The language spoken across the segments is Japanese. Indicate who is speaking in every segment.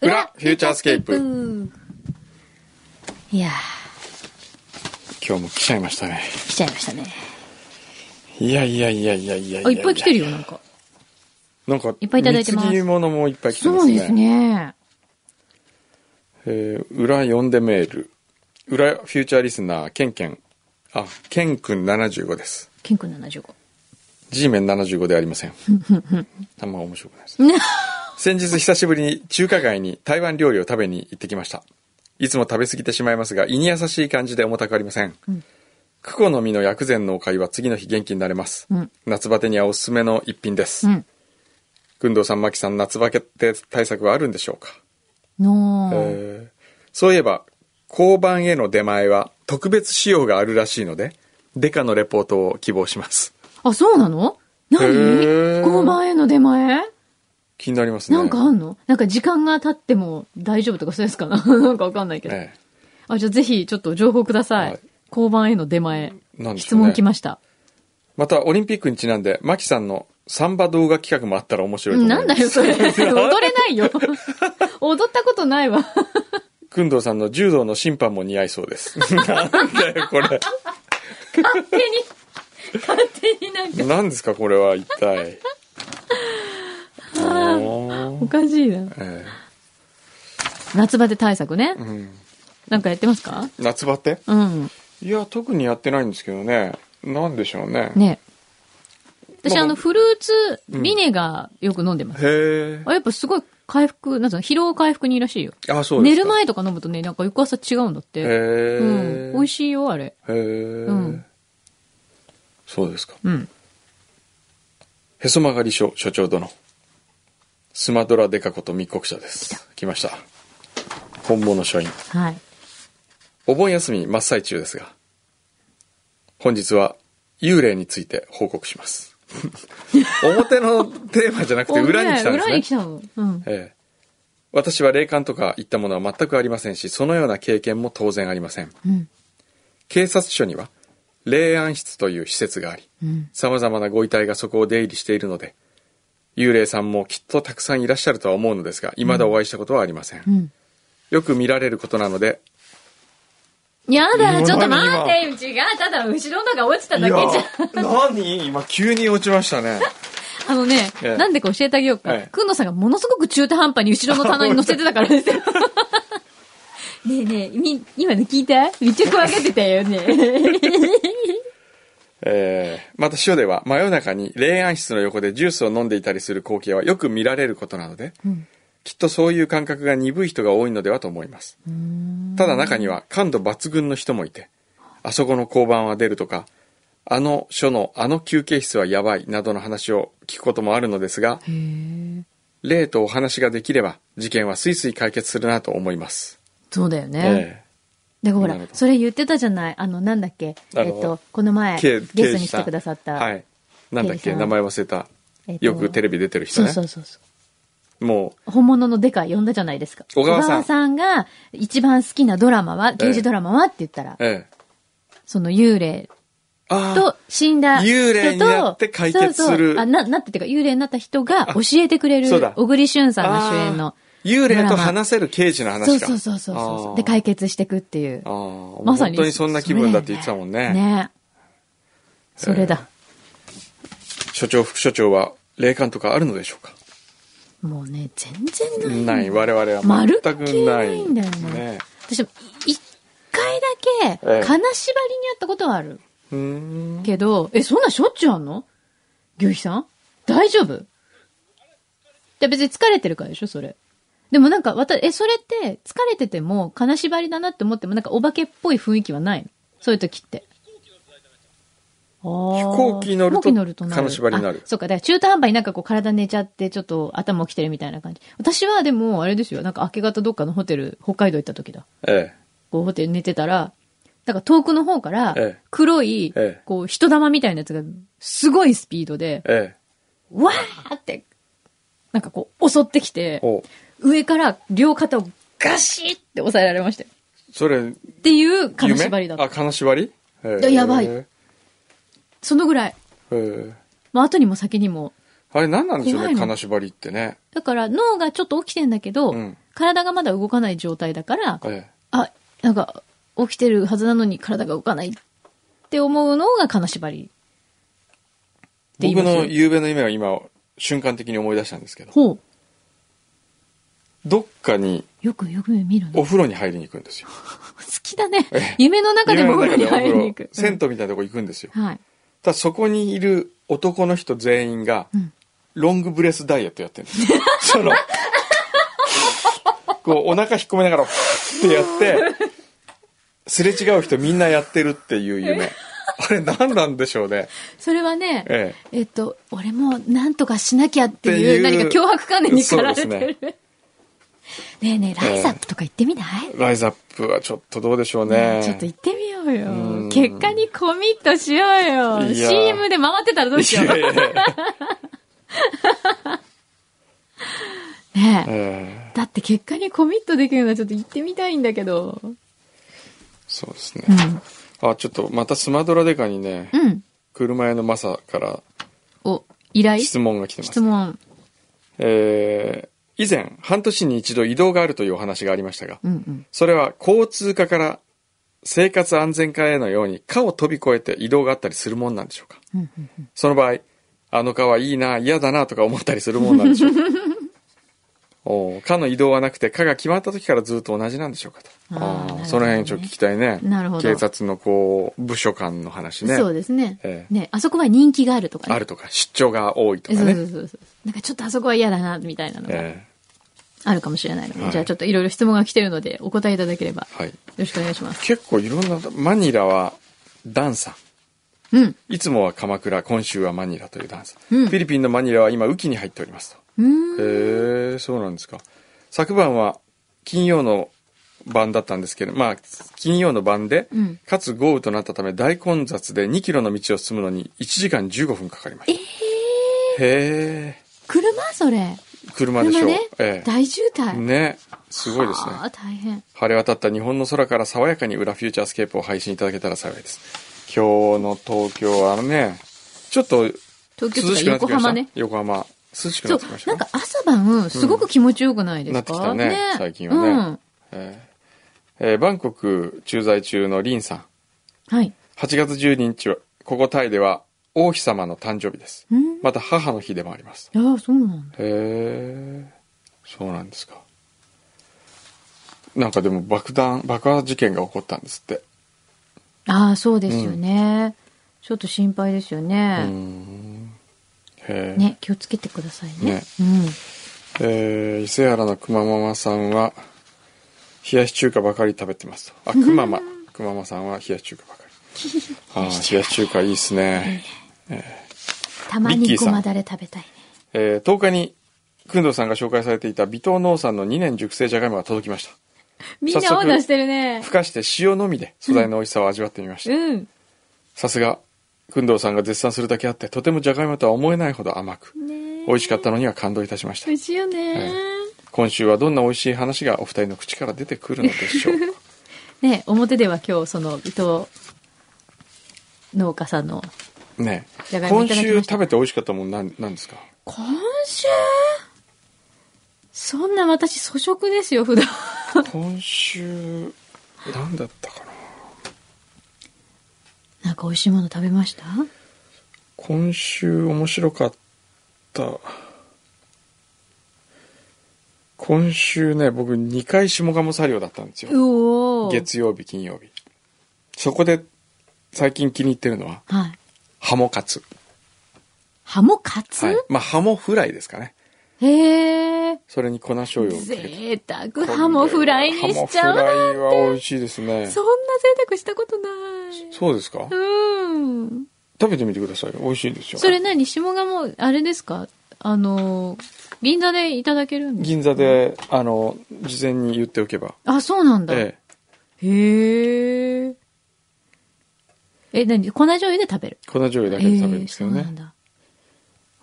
Speaker 1: フューチャースケープ。
Speaker 2: いや
Speaker 1: 今日も来ちゃいましたね。
Speaker 2: ー、来ちゃいましたね。
Speaker 1: いやいやいやいやいやいや
Speaker 2: あ、いっぱい来てるよ、なんか。
Speaker 1: なんか、
Speaker 2: いっぱいいただいてます
Speaker 1: 貢ぎ物もいっぱい来てま
Speaker 2: そ
Speaker 1: す
Speaker 2: う
Speaker 1: ね。
Speaker 2: ですね。
Speaker 1: えー裏読んでメール。裏フューチャーリスナー、ケンケン。あ、ケンくん75です。
Speaker 2: ケン君75。
Speaker 1: G メン75ではありません。あんま面白くないです。 先日久しぶりに中華街に台湾料理を食べに行ってきました。いつも食べ過ぎてしまいますが、胃に優しい感じで重たくありません。クコの実の薬膳のおかゆは次の日元気になれます。
Speaker 2: うん
Speaker 1: 夏バテにはおすすめの一品です。
Speaker 2: うん。
Speaker 1: 群藤さん、牧さん、夏バテ対策はあるんでしょうか
Speaker 2: のー。
Speaker 1: えーそういえば交番への出前は特別仕様があるらしいのでデカのレポートを希望します
Speaker 2: あ、そうなの何
Speaker 1: へー
Speaker 2: ?5 万円の出前
Speaker 1: 気になりますね
Speaker 2: なんかあんのなんか時間が経っても大丈夫とかそうですかな なんかわかんないけど。
Speaker 1: え
Speaker 2: あ、じゃあぜひちょっと情報くださ
Speaker 1: はい
Speaker 2: い。交番への出前。
Speaker 1: なんでしょ
Speaker 2: 質
Speaker 1: うね
Speaker 2: 問来ました。
Speaker 1: えまたオリンピックにちなんでマキさんのサンバ動画企画もあったら面白いと思いま
Speaker 2: なん
Speaker 1: す
Speaker 2: だよ、それ。踊れないよ。踊ったことないわ。
Speaker 1: 工藤さんの柔道の審判も似合いそうです なんだよこれ
Speaker 2: 勝手に、勝手になんか、
Speaker 1: 何ですかこれは一体お
Speaker 2: お
Speaker 1: ー
Speaker 2: かしいな。
Speaker 1: え
Speaker 2: 夏バテ対策ね
Speaker 1: え。うん
Speaker 2: なんかやってますか
Speaker 1: 夏バテ
Speaker 2: うん。
Speaker 1: いや特にやってないんですけどねなんでしょうね
Speaker 2: ね私、
Speaker 1: まあ
Speaker 2: あの、フルーツ、ビネガーよく飲んでます。
Speaker 1: へ
Speaker 2: あ、やっぱすごい回復、なんつうの、疲労回復にいいらしいよ。
Speaker 1: えあそうで
Speaker 2: 寝
Speaker 1: すか
Speaker 2: る前とか飲むとね、なんか翌朝違うんだって。
Speaker 1: へえ、
Speaker 2: うん。美味しいよ、あれ。
Speaker 1: へえ、
Speaker 2: うん
Speaker 1: そうですか
Speaker 2: うん。
Speaker 1: へそ曲がり署署長殿スマドラデカこと密告者です来ました本物書院
Speaker 2: はい。
Speaker 1: お盆休み真っ最中ですが本日は幽霊について報告します 表のテーマじゃなくて裏に来たんです
Speaker 2: 裏
Speaker 1: ね
Speaker 2: に来たの。うん。
Speaker 1: ええ、私は霊感とか言ったものは全くありませんしそのような経験も当然ありません、
Speaker 2: ん
Speaker 1: 警察署には霊安室という施設があり
Speaker 2: うん。
Speaker 1: 様々なご遺体がそこを出入りしているので幽霊さんもきっとたくさんいらっしゃるとは思うのですが未だお会いしたことはありません、
Speaker 2: うん。
Speaker 1: よく見られることなので
Speaker 2: やだ、
Speaker 1: 今
Speaker 2: ちょっと待って、違う、ただ後ろのが落ちただけじゃん。
Speaker 1: 何今急に落ちましたね
Speaker 2: あのね、
Speaker 1: ええ
Speaker 2: なんでか教えてあげようか。
Speaker 1: ええ
Speaker 2: くんのさんがものすごく中途半端に後ろの棚に乗せてたから ですよ。ねえねえ、み、今の聞いためっちゃ怖がってたよね。
Speaker 1: えーまた署では真夜中に霊安室の横でジュースを飲んでいたりする光景はよく見られることなので、きっとそういう感覚が鈍い人が多いのではと思いますただ中には感度抜群の人もいてあそこの交番は出るとかあの署のあの休憩室はやばいなどの話を聞くこともあるのですが霊とお話ができれば事件はスイスイ解決するなと思います、
Speaker 2: そうだよね。
Speaker 1: え
Speaker 2: だからほ
Speaker 1: なる
Speaker 2: ら
Speaker 1: ほ、ど
Speaker 2: それ言ってたじゃない。あの、なんだっけ。え
Speaker 1: あ
Speaker 2: っ
Speaker 1: の
Speaker 2: と、この前、
Speaker 1: ー
Speaker 2: ゲ
Speaker 1: け
Speaker 2: ストに来
Speaker 1: 刑事さん
Speaker 2: てくださった。
Speaker 1: はいなんだ
Speaker 2: 刑
Speaker 1: っ
Speaker 2: 事
Speaker 1: け
Speaker 2: さん
Speaker 1: 名前忘れた、
Speaker 2: えっと
Speaker 1: よくテレビ出てる人
Speaker 2: そう
Speaker 1: ね
Speaker 2: そうそうそう。
Speaker 1: も
Speaker 2: 本物のデカ呼んだじゃないですか。
Speaker 1: 小川さん
Speaker 2: が一番好きなドラマは、刑事ドラマはって言ったら
Speaker 1: う、、ええ、
Speaker 2: その幽霊
Speaker 1: ああ
Speaker 2: と死んだ人と、
Speaker 1: 幽霊になって解決する
Speaker 2: そうそうあななってっていうか、幽霊になった人が教えてくれる
Speaker 1: そうだ、
Speaker 2: 小栗旬さんが主演の。
Speaker 1: 幽霊と話せる刑事の
Speaker 2: そう
Speaker 1: 話か。
Speaker 2: そうそうそうそ
Speaker 1: あー
Speaker 2: う。で、解決してくっていう
Speaker 1: あ。ー
Speaker 2: まさに。
Speaker 1: 本当にそんな気分だって言ってたもんね。
Speaker 2: それだよねそれだ。
Speaker 1: 所長、副所長は霊感とかあるのでしょうか
Speaker 2: もうね、全然ない。
Speaker 1: ない。我々は
Speaker 2: 丸っき
Speaker 1: 全く
Speaker 2: り
Speaker 1: な。
Speaker 2: ないいんだよね。
Speaker 1: ね
Speaker 2: 私も、い一回だけ、
Speaker 1: ええ
Speaker 2: 金縛りにあったことはある。
Speaker 1: うーん。
Speaker 2: けど、え、そんなんしょっちゅうあんの牛肥さん大丈夫いや別に疲れてるからでしょ、それ。でもなんか、わた、え、それって、疲れてても、金縛りだなって思っても、なんかお化けっぽい雰囲気はないのそういう時って。飛
Speaker 1: 行機乗ると金縛りになる
Speaker 2: そうか、だから中途半端になんかこう体寝ちゃって、ちょっと頭起きてるみたいな感じ。私はでも、あれですよ、なんか明け方どっかのホテル、北海道行った時だ。
Speaker 1: え
Speaker 2: こうホテル寝てたら、だから遠くの方から
Speaker 1: ええ、
Speaker 2: 黒い
Speaker 1: ええ、
Speaker 2: こう、人玉みたいなやつが、すごいスピードで
Speaker 1: え。、え
Speaker 2: わーって、なんかこう、襲ってきて、
Speaker 1: え。お
Speaker 2: 上から両肩をガシッって押さえられましたよ。
Speaker 1: それ、
Speaker 2: っていう金
Speaker 1: 夢
Speaker 2: 縛りだった。
Speaker 1: あ、金縛りええ
Speaker 2: やばい
Speaker 1: え
Speaker 2: そのぐらい。
Speaker 1: え。
Speaker 2: まあ、後にも先にも。
Speaker 1: あれ何なんでしょう
Speaker 2: 怖
Speaker 1: ね、
Speaker 2: いの
Speaker 1: 金縛りってね。
Speaker 2: だから、脳がちょっと起きてんだけど、
Speaker 1: うん
Speaker 2: 体がまだ動かない状態だから、
Speaker 1: ええ
Speaker 2: あ、なんか、起きてるはずなのに体が動かないって思うのが金縛り。って言い
Speaker 1: 僕
Speaker 2: ますよ
Speaker 1: の夕べの夢を今、瞬間的に思い出したんですけど、
Speaker 2: ほう。
Speaker 1: どっかに
Speaker 2: よく、よく見るの。
Speaker 1: お
Speaker 2: 好
Speaker 1: 風呂に入りに行くん ですよ。
Speaker 2: きだね
Speaker 1: え。
Speaker 2: 夢の中でもお風呂に
Speaker 1: 夢の中
Speaker 2: 入
Speaker 1: で
Speaker 2: りに行く。
Speaker 1: 銭湯みたいなとこ行くんですよ。
Speaker 2: うんはい。
Speaker 1: ただそこにいる男の人全員が、
Speaker 2: うん
Speaker 1: ロングブレスダイエットやってるんですよその、 こうお腹引っ込めながら、ってやって、すれ違う人みんなやってるっていう 夢。あれ何なんでしょうね。
Speaker 2: それはね、
Speaker 1: ええ
Speaker 2: えっと、俺もなんとかしなきゃっていう、
Speaker 1: ってい
Speaker 2: 何
Speaker 1: う
Speaker 2: か脅迫観念に駆られてる。
Speaker 1: そうで
Speaker 2: ねえねえ、ライザップとか行ってみない、
Speaker 1: ライズアップはちょっとどうでしょうね。
Speaker 2: ちょっと行ってみようよ
Speaker 1: うん。
Speaker 2: 結果にコミットしようよ。
Speaker 1: いや
Speaker 2: CM で回ってたらどうしよ。
Speaker 1: いうやいやいや
Speaker 2: ねえ。
Speaker 1: ええ
Speaker 2: だって結果にコミットできるのはちょっと行ってみたいんだけど。
Speaker 1: そうですね
Speaker 2: う。ん。
Speaker 1: あ、ちょっとまたスマドラデカにね、
Speaker 2: うん。
Speaker 1: 車屋のマサから
Speaker 2: お、依頼
Speaker 1: 質問が来てます
Speaker 2: 質。問。
Speaker 1: えー以前、半年に一度移動があるというお話がありましたが、
Speaker 2: うんうん。
Speaker 1: それは交通課から生活安全課へのように課を飛び越えて移動があったりするもんなんでしょうか
Speaker 2: うんうんうん
Speaker 1: その場合、あの課はいいな、嫌だなとか思ったりするもんなんでし ょうかおー課の移動はなくて課が決まった時からずっと同じなんでしょうかと。
Speaker 2: あーなるほど
Speaker 1: ー
Speaker 2: ね
Speaker 1: その辺ちょっと聞きたいね。
Speaker 2: なるほど
Speaker 1: 警察のこう、部署間の話ね。
Speaker 2: そうですね。
Speaker 1: ええ
Speaker 2: ね、あそこは人気があるとかね。
Speaker 1: あるとか、出張が多いとか
Speaker 2: そうそう
Speaker 1: ね。
Speaker 2: そうそう。なんかちょっとあそこは嫌だな、みたいなのが
Speaker 1: え
Speaker 2: あるかもしれないので、
Speaker 1: はい
Speaker 2: じゃあちょっといろいろ質問が来てるので、お答えいただければ。よ
Speaker 1: ーはい。
Speaker 2: ろしくお願いします。
Speaker 1: 結構いろんな、マニラは、ダンさん。
Speaker 2: うん。
Speaker 1: いつもは鎌倉、今週はマニラというダンス。
Speaker 2: うん
Speaker 1: フィリピンのマニラは今、雨季に入っておりますと。
Speaker 2: うーん。
Speaker 1: へえ、そうなんですか。昨晩は金曜の晩だったんですけど、まあ、金曜の晩で、
Speaker 2: うん
Speaker 1: かつ豪雨となったため大混雑で2キロの道を進むのに1時間15分かかりました。へえ、
Speaker 2: 車それ。
Speaker 1: 車でし
Speaker 2: 車
Speaker 1: ょう。
Speaker 2: ね。
Speaker 1: え
Speaker 2: 大渋
Speaker 1: え。
Speaker 2: 滞。
Speaker 1: ね、すごいですね。
Speaker 2: ああ、大変。
Speaker 1: 晴れ渡った日本の空から爽やかに裏フューチャースケープを配信いただけたら幸いです。今日の東京はね、ちょっと
Speaker 2: 東京
Speaker 1: 涼しくなっ
Speaker 2: とか横
Speaker 1: てきました
Speaker 2: 浜ね。
Speaker 1: 横浜涼しくな
Speaker 2: そ
Speaker 1: っ
Speaker 2: う
Speaker 1: てきまし、た
Speaker 2: な
Speaker 1: ね
Speaker 2: んか朝晩、すごく気持ちよくないですか、
Speaker 1: うんなってきたね最近はね
Speaker 2: うん。
Speaker 1: えーえーバンコク駐在中のリンさん
Speaker 2: はい。
Speaker 1: 8月12日はここタイでは王妃様の誕生日です
Speaker 2: うん。
Speaker 1: また母の日でもあります
Speaker 2: ああ、そうなんだ。
Speaker 1: へえそうなんですかなんかでも爆弾爆破事件が起こったんですって
Speaker 2: ああ、そうですよね、ちょっと心配ですよ
Speaker 1: うー
Speaker 2: ね。
Speaker 1: んへえ、
Speaker 2: ね、気をつけてくださいね。
Speaker 1: ね
Speaker 2: うん。
Speaker 1: えー伊勢原のくまママさんは冷やし中華ばかり食べてますとあくままくままさんは冷やし中華ばかりあー冷やし中華いいですね
Speaker 2: たま
Speaker 1: ビッキ
Speaker 2: に
Speaker 1: ーさん
Speaker 2: ごまだれ食べたいね。
Speaker 1: えー10日に工藤さんが紹介されていた微糖農産の2年熟成じゃがいもが届きました
Speaker 2: みんなオーダーしてるね
Speaker 1: ふ。かして塩のみで素材の美味しさを味わってみました
Speaker 2: うん。
Speaker 1: さすが工藤さんが絶賛するだけあってとてもじゃがいもとは思えないほど甘く
Speaker 2: ね
Speaker 1: 美味しかったのには感動いたしました
Speaker 2: 美味しいよね、
Speaker 1: 今週はどんな美味しい話がお二人の口から出てくるのでしょうか
Speaker 2: ね、表では今日、その、伊藤農家さんの、
Speaker 1: ね
Speaker 2: じゃがいもい
Speaker 1: 今
Speaker 2: ただきました
Speaker 1: 週食べて美味しかったもんなんなんですか
Speaker 2: 今週そんな私、粗食ですよ、普段。
Speaker 1: 今週何だったかな
Speaker 2: なんか美味しいもの食べました
Speaker 1: 今週面白かった今週ね僕2回下鴨サリオだったんですよ
Speaker 2: うおー
Speaker 1: 月曜日金曜日そこで最近気に入ってるのは
Speaker 2: はい。
Speaker 1: ハモカツ、
Speaker 2: ハモカツ、
Speaker 1: はい、まあハモフライですかね
Speaker 2: へえ。
Speaker 1: それに粉醤油をかけて
Speaker 2: 贅沢ハモフライにしちゃう
Speaker 1: ハモ
Speaker 2: な。
Speaker 1: フライは美味しいですね
Speaker 2: そんな贅沢したことない。
Speaker 1: そうですか
Speaker 2: うん。
Speaker 1: 食べてみてください美味しいですよ
Speaker 2: それ何下鴨、あれですかあの、銀座でいただけるんです
Speaker 1: 銀座であの事前に言っておけば
Speaker 2: あ、そうなんだ。
Speaker 1: ええ
Speaker 2: へえ。え、何粉醤油で食べる
Speaker 1: 粉醤油だけで食べるんですけど
Speaker 2: えーそうなん
Speaker 1: ね
Speaker 2: だ。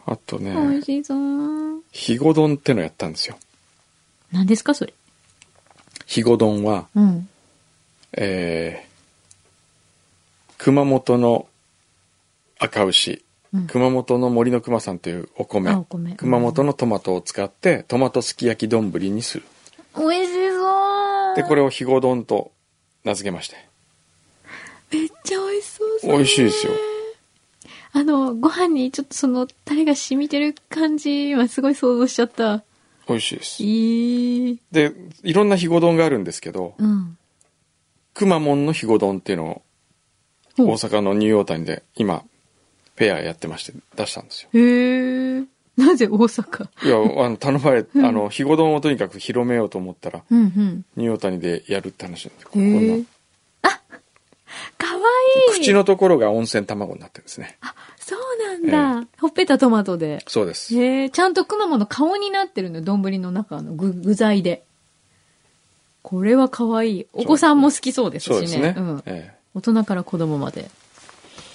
Speaker 1: あとね
Speaker 2: 美味しそう。
Speaker 1: ひご丼ってのやったんですよ。
Speaker 2: 何ですかそれ。
Speaker 1: ひご丼は、
Speaker 2: うん。
Speaker 1: えー、熊本の赤牛、
Speaker 2: うん
Speaker 1: 熊本の森の熊さんというお米
Speaker 2: あお米
Speaker 1: 熊本のトマトを使ってトマトすき焼き丼にする。
Speaker 2: 美味しそう。
Speaker 1: で、これをひご丼と名付けまして。
Speaker 2: めっちゃ美味しそうそれ
Speaker 1: 美味しいですよ。
Speaker 2: あの、ご飯にちょっとその、タレが染みてる感じ、今すごい想像しちゃった。
Speaker 1: 美味しいです。
Speaker 2: いい。
Speaker 1: で、いろんなひご丼があるんですけど、
Speaker 2: うん。
Speaker 1: くまモンのひご丼っていうのを
Speaker 2: ほう
Speaker 1: 大阪のニューヨータニで今、ペアやってまして出したんですよ。
Speaker 2: へえ。なぜ大阪
Speaker 1: いや、あの、頼まれ、
Speaker 2: ん
Speaker 1: あの、ひご丼をとにかく広めようと思ったら、
Speaker 2: うんうん。
Speaker 1: ニューヨータニでやるって話なんで、こ
Speaker 2: へ
Speaker 1: こんな
Speaker 2: え。あかわいい
Speaker 1: 口のところが温泉卵になってるんですね。
Speaker 2: あ、そうなんだ。ほっぺたトマトで。
Speaker 1: そうです。
Speaker 2: へえ、ちゃんとくまモンの顔になってるの、丼の中の具具材で。これはかわいい。お子さんも好きそうですしね。
Speaker 1: そうですね。
Speaker 2: うん。
Speaker 1: え
Speaker 2: 大人から子供まで。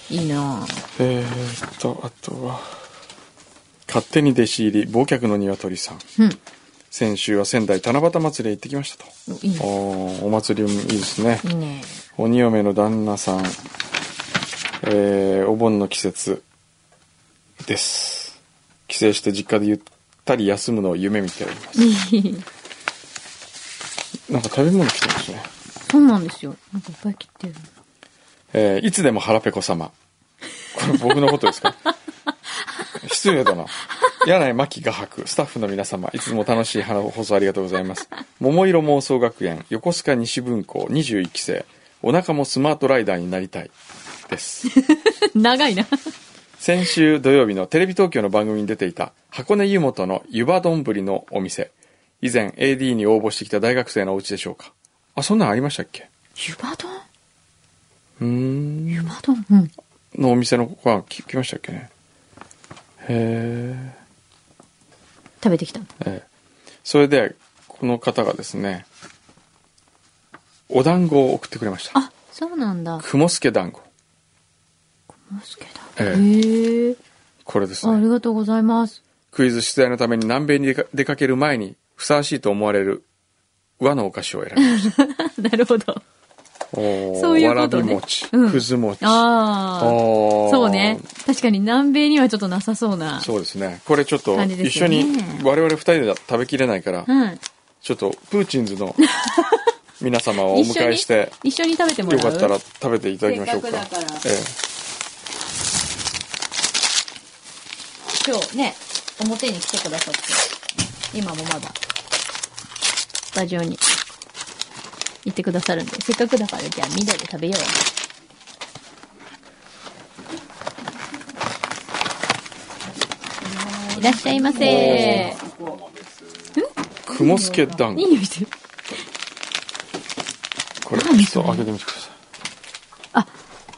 Speaker 2: いいなぁ。
Speaker 1: ええーっと、あとは、勝手に弟子入り、忘却の鶏さん。
Speaker 2: うん。
Speaker 1: 先週は仙台七夕祭りへ行ってきましたと。
Speaker 2: いい
Speaker 1: お
Speaker 2: ね。
Speaker 1: ーお祭りもいいですね。
Speaker 2: いいね。
Speaker 1: 鬼嫁の旦那さん、えー、お盆の季節です。帰省して実家でゆったり休むのを夢見ております。なんか食べ物来てますね。
Speaker 2: そうなんですよ。なんかいっぱい切ってる。
Speaker 1: えーいつでも腹ペコ様。これ僕のことですか失礼だな。柳巻画伯、スタッフの皆様、いつも楽しい放送ありがとうございます。桃色妄想学園、横須賀西分校、21期生、お腹もスマートライダーになりたい。です。
Speaker 2: 長いな。
Speaker 1: 先週土曜日のテレビ東京の番組に出ていた箱根湯本の湯葉丼のお店。以前 AD に応募してきた大学生のお家でしょうか。あ、そんなんありましたっけ
Speaker 2: 湯葉丼
Speaker 1: うーん。
Speaker 2: 湯葉丼うん。
Speaker 1: のお店の子が来来ましたっけねへ
Speaker 2: 食べてきた。
Speaker 1: ーええそれでこの方がですねお団子を送ってくれました
Speaker 2: あ、そうなんだ。
Speaker 1: 雲助団子
Speaker 2: マスケだ。
Speaker 1: え
Speaker 2: へえ。
Speaker 1: これです
Speaker 2: ああ
Speaker 1: ね
Speaker 2: りがとうございます。
Speaker 1: クイズ出題のために南米に出か出かける前にふさわしいと思われる和のお菓子を選びまし
Speaker 2: なるほど。
Speaker 1: たおー
Speaker 2: そういう
Speaker 1: わ
Speaker 2: こ
Speaker 1: ら
Speaker 2: と
Speaker 1: び
Speaker 2: ね
Speaker 1: 餅、
Speaker 2: うん
Speaker 1: くず餅
Speaker 2: ああ。
Speaker 1: おー
Speaker 2: そうね。確かに南米にはちょっとなさそうな。
Speaker 1: そうですねこれちょっと
Speaker 2: 感じで
Speaker 1: 一
Speaker 2: す
Speaker 1: 緒
Speaker 2: よね
Speaker 1: に我々二人では食べきれないから
Speaker 2: うん。
Speaker 1: ちょっとプーチンズ の皆様をお迎えして
Speaker 2: 一緒に食べてもら
Speaker 1: よ
Speaker 2: う
Speaker 1: かったら食べていただきましょうか。
Speaker 2: せっかくだから
Speaker 1: え
Speaker 2: 今日ね、表に来てくださって、今もまだ、スタジオに行ってくださるんで、せっかくだからじゃあみんなで食べよう。いらっしゃいませ。ん
Speaker 1: え。雲助団
Speaker 2: い
Speaker 1: 子。
Speaker 2: い匂いしてる。
Speaker 1: これ、ちょっと開けてみてください。
Speaker 2: あ、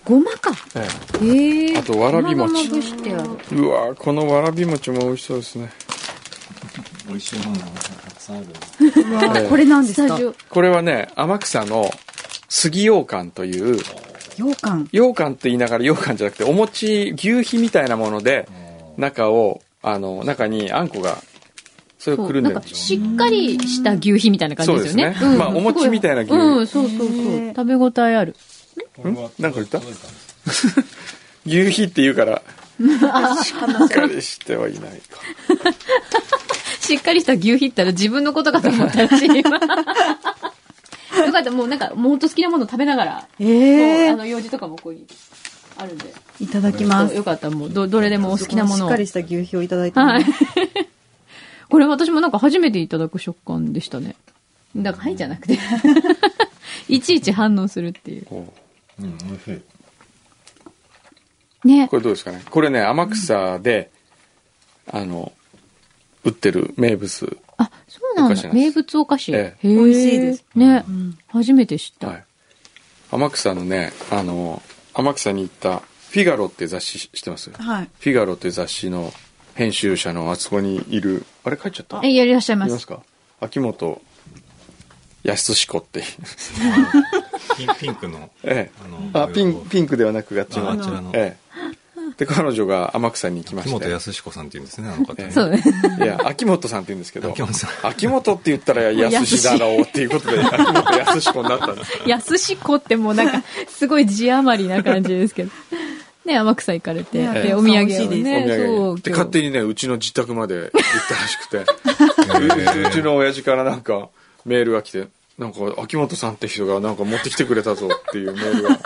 Speaker 2: ごまか。
Speaker 1: え
Speaker 2: へえ。
Speaker 1: あとわらび
Speaker 2: ご
Speaker 1: 餅
Speaker 2: まがまぶしてある。
Speaker 1: え。うわーこのわらび餅も美味しそうですね。
Speaker 3: 美味しいものがたくさんある。
Speaker 1: ええ
Speaker 4: これなんです
Speaker 2: スタ
Speaker 4: か
Speaker 2: ジオ。
Speaker 1: これはね、天草の杉羊羹という、
Speaker 4: 羊羹。
Speaker 1: 羊羹って言いながら羊羹じゃなくて、お餅、牛皮みたいなもので、中を、あの、中にあんこが、それをくるん
Speaker 2: な
Speaker 1: で
Speaker 2: ん
Speaker 1: る
Speaker 2: か。しっかりした牛皮みたいな感じですよね。
Speaker 1: そうですね
Speaker 2: ん
Speaker 1: まあお餅
Speaker 2: すご
Speaker 1: みたいな牛皮
Speaker 2: うん、そうそうそう。食べ応えある。
Speaker 3: これは
Speaker 1: なんか言った
Speaker 3: 届いたんです
Speaker 1: 牛皮って言うから、しっかりしてはいないか。
Speaker 2: しっかりした牛皮ったら自分のことかと思ったらしい。よかった、もうなんか、もうほんと好きなもの食べながら、
Speaker 4: え
Speaker 2: そうあ
Speaker 4: え。
Speaker 2: の、用事とかもこういう、あるんで。
Speaker 4: いただきま
Speaker 2: そう
Speaker 4: す。
Speaker 2: よかった、もう、ど、どれでもお好きなもの
Speaker 4: し
Speaker 2: を
Speaker 4: っかりした牛皮をいただいて
Speaker 2: は
Speaker 4: ま
Speaker 2: い
Speaker 4: す。。
Speaker 2: これ私もなんか初めていただく食感でしたね。だから、はいじゃなくて。いちいち反応するっていう。
Speaker 1: おう
Speaker 3: うん、美味しい。
Speaker 2: ね
Speaker 1: こ。れどうですかねこれね、天草で、あの、売ってる名物。
Speaker 2: あ、そうな
Speaker 1: お
Speaker 2: ん
Speaker 1: 菓子な
Speaker 2: だ。
Speaker 1: んです
Speaker 2: 名物お菓子。
Speaker 1: え
Speaker 2: へー
Speaker 4: 美味しいです。
Speaker 2: ね。初めて知った。
Speaker 1: はい。天草のね、あの、天草に行った、フィガロっていう雑誌知ってますフ
Speaker 4: はい。
Speaker 1: ィガロっていう雑誌の編集者のあそこにいる、あれ帰っちゃった
Speaker 2: え、いらっしゃいま
Speaker 1: います
Speaker 2: す。
Speaker 1: か秋元康彦っていう。
Speaker 3: ピンピンクの。
Speaker 1: ええ。
Speaker 3: あの
Speaker 1: あ、ピン、ピンクではなく、あっち
Speaker 3: ああち
Speaker 1: の
Speaker 3: らの。
Speaker 1: ええ。で、彼女が天草に行きま
Speaker 3: 木
Speaker 1: し
Speaker 3: 本
Speaker 1: て。
Speaker 3: 康彦さんって言うんですね、あの方
Speaker 1: ええ
Speaker 3: ね。
Speaker 2: そうね。
Speaker 1: いや、秋元さんって言うんですけど。
Speaker 3: 秋元さん。
Speaker 1: 秋元って言ったら安しだろうっていうことで、秋元康子になったんです。
Speaker 2: 安し子ってもうなんか、すごい字余りな感じですけ ど。ね、天草行かれて、
Speaker 4: ね
Speaker 2: でお土産を
Speaker 1: お
Speaker 2: ね、
Speaker 1: 土
Speaker 2: そ
Speaker 1: 産
Speaker 2: う。
Speaker 1: で勝手
Speaker 2: に。
Speaker 1: にねうちの自宅まで行ったらしくて
Speaker 3: え
Speaker 1: うちの親父からなんかメールが来て、なんか、秋元さんって人がなんか持ってきてくれたぞっていうメール が。
Speaker 2: だ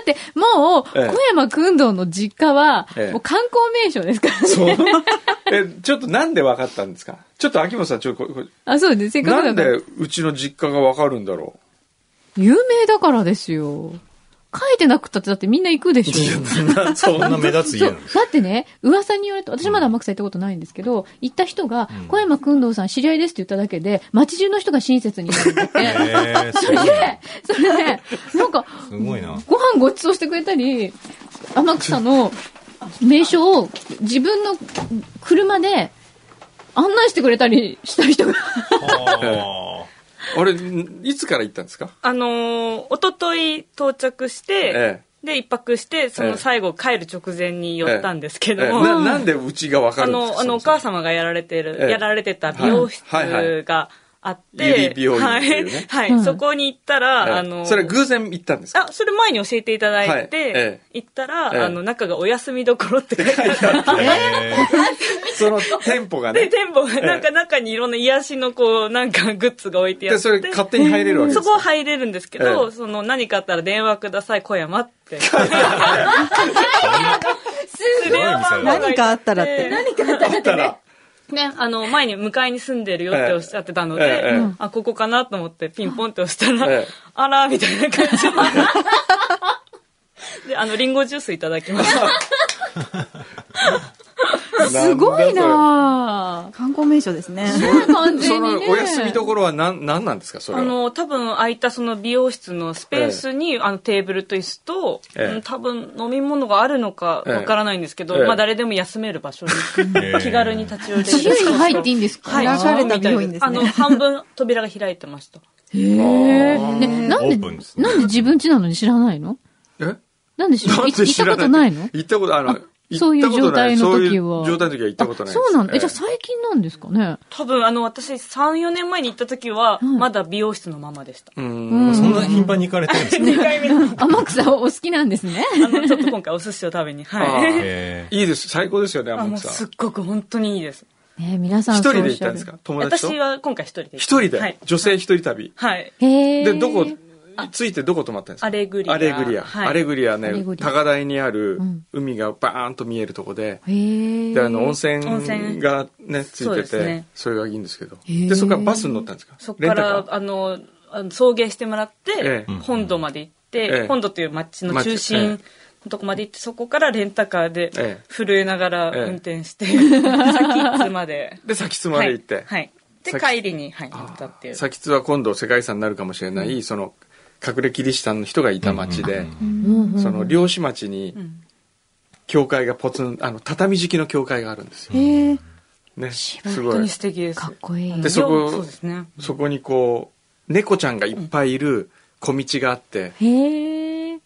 Speaker 2: って、もう、
Speaker 1: ええ
Speaker 2: 小山くんどの実家は、
Speaker 1: ええ
Speaker 2: もう観光名所ですからね。
Speaker 1: そう。え、ちょっとなんで分かったんですかちょっと秋元さん、ちょっとここ
Speaker 2: あ、そうです。せっかく
Speaker 1: な
Speaker 2: だ
Speaker 1: ん
Speaker 2: から
Speaker 1: で。うちの実家が分かるんだろ
Speaker 2: 有名だからですよ。書いてなくたって、だってみんな行くでし ょ。
Speaker 1: うそん
Speaker 3: そん
Speaker 1: な
Speaker 3: な目立つ
Speaker 2: そ
Speaker 3: 家
Speaker 2: う
Speaker 3: なんです。
Speaker 2: だってね、噂によると、私まだ天草行ったことないんですけど、行った人が、
Speaker 3: うん
Speaker 2: 小山くんどさん知り合いですって言っただけで、街中の人が親切になるん だって。
Speaker 3: えー、す
Speaker 2: そ
Speaker 3: ご
Speaker 2: れ
Speaker 3: いな
Speaker 2: で、それで、なんか、
Speaker 3: すごいな。
Speaker 2: ご飯ごちそうしてくれたり、天草の名所を自分の車で案内してくれたりした人が。
Speaker 3: は
Speaker 1: あれ、んいつから行ったんですか
Speaker 5: あのー、おととい到着して、
Speaker 1: え
Speaker 5: で、一泊して、その最後帰る直前に寄ったんですけ
Speaker 1: え。ええ
Speaker 5: ども、
Speaker 1: ななんでうちが分か
Speaker 5: あ
Speaker 1: るんです
Speaker 5: の、
Speaker 1: か
Speaker 5: あの、お
Speaker 1: そも
Speaker 5: 母
Speaker 1: そも
Speaker 5: 様がやられてる、
Speaker 1: ええ
Speaker 5: やられてた美容室
Speaker 1: はいはいはい
Speaker 5: があっ
Speaker 1: ゆり
Speaker 5: て、
Speaker 1: 美容院っ
Speaker 5: は
Speaker 1: ていう
Speaker 5: い
Speaker 1: ね、
Speaker 5: は
Speaker 2: うん
Speaker 5: い、そこに行った
Speaker 1: ええ
Speaker 5: ら、あのー、
Speaker 1: それ偶然行ったんですか
Speaker 5: あ、それ前に教えていただ
Speaker 1: はい
Speaker 5: い
Speaker 1: え
Speaker 5: て、行った
Speaker 1: ええ
Speaker 5: ら、あの、中がお休みどころって書いてあって
Speaker 3: あえ
Speaker 1: その店舗が
Speaker 5: で、
Speaker 1: ね。
Speaker 5: 店舗が、なんか中にいろんな癒しのこう、なんかグッズが置いてあ
Speaker 1: で、
Speaker 5: って。
Speaker 1: それ勝手に入れるわけですか
Speaker 5: そこは入れるんですけ
Speaker 1: ええ
Speaker 5: ど、その何かあったら電話ください、小山 って。
Speaker 3: ー、すごい店だ。
Speaker 4: 何かあったらって
Speaker 5: 何か
Speaker 1: だったら、
Speaker 5: ね、あの、前に向かいに住んでるよっておっしゃってたの
Speaker 1: ええええ
Speaker 5: で、あ、ここかなと思ってピンポンって押した
Speaker 1: え
Speaker 5: ら
Speaker 1: え、
Speaker 5: あら、みたいな感じ。で、あの、リンゴジュースいただきました。
Speaker 2: すごい
Speaker 1: ん
Speaker 2: なぁ。
Speaker 4: 観光名所ですね。
Speaker 2: 完
Speaker 1: だそれ
Speaker 2: 全
Speaker 1: そ
Speaker 2: に
Speaker 1: の
Speaker 2: ね。
Speaker 1: お休みどころは何、何なんですかそれ
Speaker 5: あ
Speaker 1: は。
Speaker 5: の、多分空いたその美容室のスペースに、あのテーブルと椅子と、
Speaker 1: ええ
Speaker 5: うん多分飲み物があるのか
Speaker 1: ええ
Speaker 5: わからないんですけど、
Speaker 1: ええ
Speaker 5: まあ誰でも休める場所に、
Speaker 3: ええ
Speaker 5: 気軽に立ち寄れる。
Speaker 2: 自由に入っていいんですか
Speaker 5: はい、
Speaker 4: 開かれた美容院ですね
Speaker 5: あの、半分扉が開いてました。
Speaker 2: へえ。ね、なんで、
Speaker 3: オープンですね
Speaker 2: なんで自分家なのに知らないの
Speaker 1: え
Speaker 2: なんで知ら
Speaker 1: な
Speaker 2: なんい
Speaker 1: で
Speaker 2: 行っ
Speaker 1: 知
Speaker 2: たこ
Speaker 1: らな
Speaker 2: とない
Speaker 1: い
Speaker 2: の
Speaker 1: 行ったこと、あの、
Speaker 2: そういう
Speaker 1: 行ったことない
Speaker 2: 状態の時は
Speaker 1: そういう状態の時は行ったことないです
Speaker 2: あそうなのえ、
Speaker 1: ええ
Speaker 2: じゃあ最近なんですかね
Speaker 5: 多分あの、私3、4年前に行った時は、
Speaker 2: ん
Speaker 5: まだ美容室のままでした。
Speaker 1: うん。
Speaker 3: そんな頻繁に行かれてるんですか
Speaker 5: 2回目の。
Speaker 2: 天草お好きなんですね。
Speaker 5: あの、ちょっと今回お寿司を食べに、はい。
Speaker 3: え
Speaker 1: いいです。最高ですよね、
Speaker 5: あ、も
Speaker 1: 天
Speaker 5: う
Speaker 1: 草
Speaker 5: すっごく本当にいいです。
Speaker 2: ね皆さん
Speaker 1: 一
Speaker 2: そう
Speaker 1: 人
Speaker 2: お
Speaker 1: で
Speaker 2: っ
Speaker 1: 行っ
Speaker 2: しゃ
Speaker 1: たん
Speaker 2: る
Speaker 1: ですか友達と
Speaker 5: 私は今回一人で。
Speaker 1: 一人
Speaker 5: は
Speaker 1: で
Speaker 5: い。
Speaker 1: 女性一人旅。
Speaker 5: はい。
Speaker 2: へえ。
Speaker 1: で、どこ、ついてどこ泊まったんですか
Speaker 5: アレグリア
Speaker 1: アレグリア。
Speaker 5: はい
Speaker 1: アレグリア
Speaker 2: アレグ
Speaker 1: ね、
Speaker 2: リア
Speaker 1: 高台にある
Speaker 2: うん
Speaker 1: 海がバーンと見えるとこで、
Speaker 2: へえ。
Speaker 1: で、あの、温
Speaker 5: 温
Speaker 1: 泉
Speaker 5: 泉
Speaker 1: がね、つ
Speaker 5: そう
Speaker 1: いて
Speaker 5: です
Speaker 1: て
Speaker 5: ね、
Speaker 1: それがいいんですけど。
Speaker 2: ー
Speaker 1: で、そこからバスに乗ったんですか
Speaker 5: そこか
Speaker 1: レン
Speaker 5: ら
Speaker 1: タ、カー
Speaker 5: あの、あの送迎してもらって
Speaker 1: ええ、
Speaker 5: 本土まで行っ
Speaker 1: ええ
Speaker 5: て、本土という町の中
Speaker 1: 町え
Speaker 5: 心のとこまで行って、そこからレンタカー
Speaker 1: え
Speaker 5: で
Speaker 1: え
Speaker 5: 震えながら
Speaker 1: ええ
Speaker 5: 運転して、先津まで。
Speaker 1: で、先津まで行っ
Speaker 5: は
Speaker 1: て
Speaker 5: い。はい。で、
Speaker 1: 先
Speaker 5: 帰りに、はい、行ったっていう。
Speaker 1: 先津は今度世界遺産になるかもしれない、その、隠れキリシタンの人がいた町で、
Speaker 2: うんうん
Speaker 1: その、漁師町に
Speaker 5: ん、
Speaker 1: 教会がポツン、あの、畳敷きの教会があるんですよ。
Speaker 4: へえ。
Speaker 1: ね、す
Speaker 5: 本
Speaker 1: ご
Speaker 5: 当に
Speaker 1: い。
Speaker 5: 素敵です。
Speaker 2: かっこいい
Speaker 5: あの
Speaker 1: でそこ
Speaker 5: そうですね。
Speaker 1: そこにこう、猫ちゃんがいっぱいいる小道があって、
Speaker 2: へえ。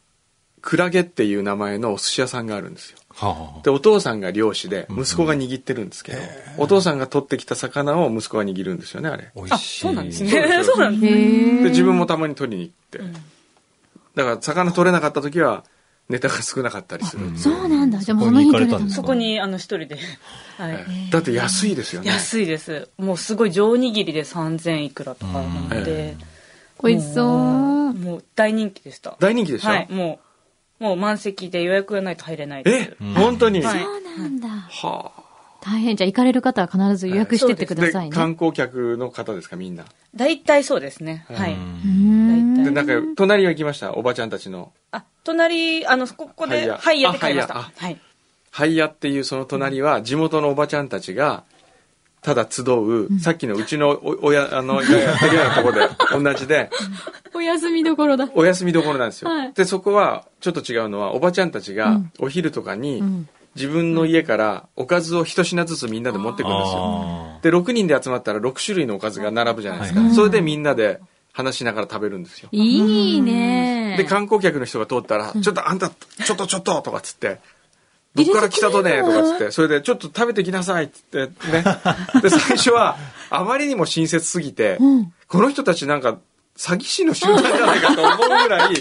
Speaker 1: クラゲっていう名前のお寿司屋さんがあるんですよ。
Speaker 3: ー、は
Speaker 1: で、お父さんが漁師で、
Speaker 3: うん
Speaker 1: 息子が握ってるんですけど、お父さんが取ってきた魚を息子が握るんですよね、あれ。
Speaker 3: あ、美
Speaker 5: あ、
Speaker 3: 味しい。
Speaker 5: そうなんです
Speaker 1: そうです
Speaker 5: ね。そうなんです
Speaker 2: へえ。
Speaker 5: ね。
Speaker 1: で、自分もたまに取りに行って。だから、魚取れなかった時は、ネタが少なかったりする。
Speaker 3: うん
Speaker 2: そうなんだ。じゃあもう
Speaker 3: そ
Speaker 2: そ
Speaker 3: こ
Speaker 2: の
Speaker 3: に
Speaker 2: 日
Speaker 3: 行か
Speaker 2: 取
Speaker 3: れ
Speaker 2: れ
Speaker 3: た
Speaker 2: た
Speaker 3: ん
Speaker 2: の
Speaker 3: です
Speaker 5: そ
Speaker 3: か
Speaker 5: こに、あの、一人で。は
Speaker 1: え
Speaker 5: い。
Speaker 1: えだって安いですよね。
Speaker 5: 安いです。もうすごい上握りで3000いくらとかなので。
Speaker 2: 美味しそう。
Speaker 5: もう大人気でした。
Speaker 1: 大人気でしょ、
Speaker 5: はい、もう、もう満席で予約がないと入れないです
Speaker 1: え。、本当に、
Speaker 5: は
Speaker 1: はい
Speaker 2: そうなんだ。
Speaker 1: あ
Speaker 2: 大変。じゃあ行かれる方は必ず予約してってくだ
Speaker 1: で
Speaker 2: さいね。
Speaker 1: 観光客の方ですかみんな
Speaker 5: 大体そうですね。はい。
Speaker 2: うー
Speaker 5: 大
Speaker 1: で
Speaker 5: 体
Speaker 2: ん。
Speaker 1: なんか隣は行きましたおばちゃんたちの
Speaker 5: あ、隣、あの、ここで、
Speaker 1: ハ
Speaker 5: ハ
Speaker 1: イ
Speaker 5: イ
Speaker 1: ヤ
Speaker 5: ヤで買いました。
Speaker 1: あハ
Speaker 5: はい。
Speaker 1: ハイヤっていうその隣は地元のおばちゃんたちがただ集う、さっきのうちのお親あのやってるようなとこ で同じで
Speaker 2: お休みどころだ。
Speaker 1: お休みどころなんですよ、
Speaker 2: はい
Speaker 1: でそこはちょっと違うのはおばちゃんたち
Speaker 2: う
Speaker 1: が
Speaker 2: ん
Speaker 1: お昼とかに
Speaker 2: うん
Speaker 1: 自分の家からおかずを一品ずつみんなで持ってくるんですよ
Speaker 3: あ
Speaker 1: で6人で集まったら6種類のおかずが並ぶじゃないですか、
Speaker 3: はい
Speaker 1: それでみんなで話しながら食べるんですよ
Speaker 2: いいね。
Speaker 1: で観光客の人が通ったら「ちょっとあんたちょっとちょっと」とかっつって「どっから来たとね」とかっつってそれで「ちょっと食べてきなさい」っつ ってねで最初はあまりにも親切すぎて、
Speaker 2: うん
Speaker 1: この人たちなんか詐欺師の集団じゃないかと思うぐらい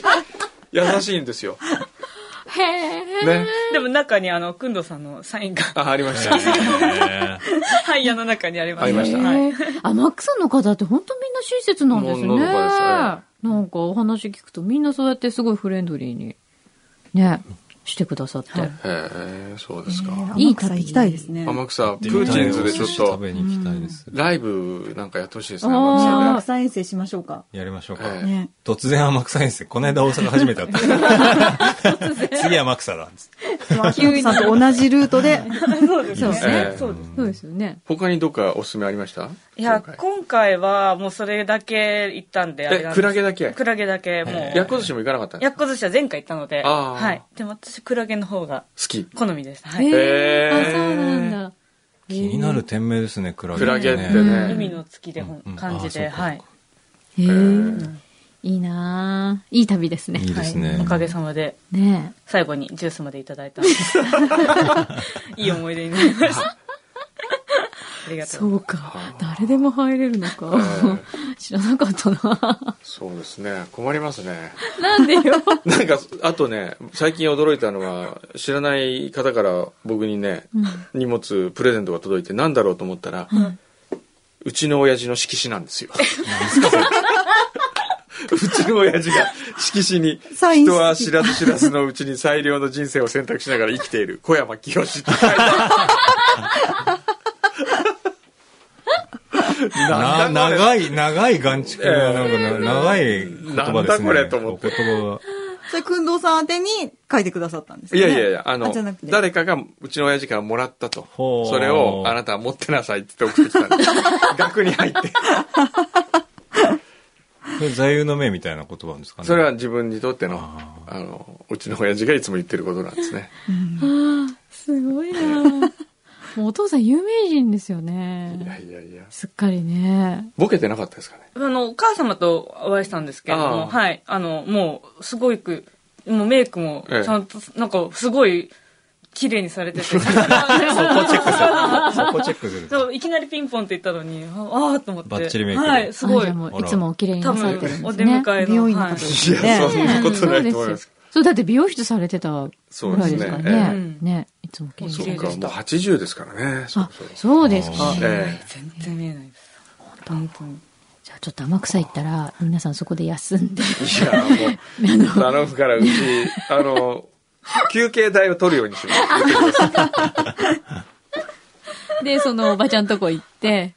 Speaker 1: 優しいんですよ
Speaker 2: へー。
Speaker 1: ね。
Speaker 5: でも中にあの、くんどさんのサインが、
Speaker 1: あ、ありました。
Speaker 3: ね
Speaker 5: ハイヤーの中にありま
Speaker 1: あ
Speaker 5: し
Speaker 1: り
Speaker 5: た。
Speaker 1: ました
Speaker 5: はい
Speaker 2: へーあ、マックさんの方って本当みんな親切なんですね。
Speaker 1: ののどかです
Speaker 2: な
Speaker 1: は
Speaker 2: んかお話聞くとみんなそうやってすごいフレンドリーに、ね、してくださって。
Speaker 5: はい
Speaker 1: へえ、そうですか。
Speaker 2: いい旅
Speaker 4: いから行きたいですね。
Speaker 1: 天草、プーチンズでちょっ
Speaker 3: 食
Speaker 1: と、
Speaker 3: べに行きたいです。
Speaker 1: ライブなんかやってほしいですね、
Speaker 2: あー
Speaker 1: 天草
Speaker 4: あー再遠征しましょうか。
Speaker 3: やりましょうか。
Speaker 1: え
Speaker 4: ね。
Speaker 3: 突然天草遠征。この間大阪初めてだった。次天草だ。つって
Speaker 4: 秋元さんと同じルートで、
Speaker 5: そうです
Speaker 2: そうで
Speaker 5: ね。
Speaker 2: す
Speaker 1: ね
Speaker 5: ええそうです。
Speaker 2: そうですよね。
Speaker 1: 他にどっかおすすめありました
Speaker 5: い
Speaker 1: 今
Speaker 5: や、
Speaker 1: 回
Speaker 5: 今回はもうそれだけ行ったんで、あれ
Speaker 1: え
Speaker 5: なん、です
Speaker 1: クラゲだけ
Speaker 5: クラゲだけ、も
Speaker 3: へ
Speaker 5: う。
Speaker 1: 薬庫寿司も行かなかったんです
Speaker 5: やっ
Speaker 1: か
Speaker 5: こ寿司は前回行ったので、
Speaker 1: あー
Speaker 5: はい。でも私、クラゲの方が
Speaker 1: 好き。
Speaker 5: 好みです。は
Speaker 2: へ
Speaker 5: い。
Speaker 2: ーあ、
Speaker 1: へー
Speaker 2: そうなんだ。
Speaker 3: 気になる店名ですね、クラゲ。
Speaker 1: クラゲって
Speaker 2: う
Speaker 1: ね。
Speaker 5: 海の月で、ほん
Speaker 3: うん
Speaker 5: 感じ
Speaker 3: あーそ
Speaker 5: で、
Speaker 3: うか
Speaker 5: はい。
Speaker 2: へ
Speaker 1: え
Speaker 2: ー
Speaker 1: ー
Speaker 2: いいなーいい旅ですね。
Speaker 3: いいですね
Speaker 5: はいおかげさまで、
Speaker 2: ね
Speaker 5: 最後にジュースまでいただいた んです。いい思い出になりました。ありがとう。
Speaker 2: そうか。誰でも入れるのか。知らなかったな。
Speaker 1: そうですね。困りますね。
Speaker 2: なんでよ。
Speaker 1: なんか、あとね、最近驚いたのは、知らない方から僕にね、荷物、プレゼントが届いて、なんだろうと思ったら、うちの親父の色紙なん ですよ。 うちの親父が色紙に、
Speaker 4: サイン
Speaker 1: 人は知らず知らずのうちに最良の人生を選択しながら生きている、小山清志って書いて あるな
Speaker 3: な
Speaker 1: んだこれ
Speaker 3: 長い、長い眼畜が、なんかな、長い言葉ですね。
Speaker 1: なんだこれと思って
Speaker 3: お言葉
Speaker 4: それ、くんどうさん宛てに書いてくださったんです
Speaker 1: い
Speaker 4: よ
Speaker 1: や
Speaker 4: ね
Speaker 1: いやいや、あの
Speaker 4: じゃなく、て
Speaker 1: 誰かが、うちの親父からもらったと。
Speaker 3: ほう
Speaker 1: それを、あなたは持ってなさいって言って送ってきたん です。額に入って。
Speaker 3: がそれ座右の銘みたいな言葉なんですかね。
Speaker 1: それは自分にとっての、あの、うちの親父がいつも言ってることなんですね。
Speaker 2: すごいなもうお父さん有名人ですよ
Speaker 1: いや
Speaker 2: ね。
Speaker 1: いやいや。
Speaker 2: すっかりね。
Speaker 1: ボケてなかったですかね。
Speaker 5: あの、お母様とお会いしたんですけれど
Speaker 1: あー
Speaker 5: も、はい。あの、もう、すごく、もうメイクも、
Speaker 1: ええ
Speaker 5: ちゃんと、なんか、すごい、綺麗にされ てて、
Speaker 3: そこチェックする。そこチェックする。
Speaker 5: そういきなりピンポンって言ったのに、ああーと思って。
Speaker 3: バッチリメイクで
Speaker 5: はい、すご
Speaker 2: あ
Speaker 5: い
Speaker 2: じゃあ。もういつもお綺麗に
Speaker 5: 多
Speaker 2: なされ
Speaker 5: 分
Speaker 2: てるん、
Speaker 5: お
Speaker 2: です
Speaker 5: 出
Speaker 2: ね。
Speaker 5: 迎えの。
Speaker 4: 美容院の
Speaker 5: は
Speaker 4: 方
Speaker 5: い
Speaker 1: いや、
Speaker 4: ね
Speaker 1: そんなことないと思います。
Speaker 2: そう、だって美容室されてたぐらいですから
Speaker 1: そうです
Speaker 2: ね。
Speaker 1: ね
Speaker 5: ええ
Speaker 2: ね。いつも綺麗に
Speaker 1: そ
Speaker 5: 綺
Speaker 1: う
Speaker 5: 麗
Speaker 1: か、
Speaker 5: で
Speaker 1: も
Speaker 5: し
Speaker 1: う
Speaker 5: た
Speaker 1: 80ですからね。そ
Speaker 2: あ
Speaker 1: うそう、。
Speaker 2: そうですか。
Speaker 1: え
Speaker 5: 全然見えないです。本当に。
Speaker 2: じゃあちょっと天草行ったら、皆さんそこで休んで。
Speaker 1: えいや、も う、頼むから、うち、あの、休憩代を取るようにします。
Speaker 2: で、そのおばちゃんとこ行って、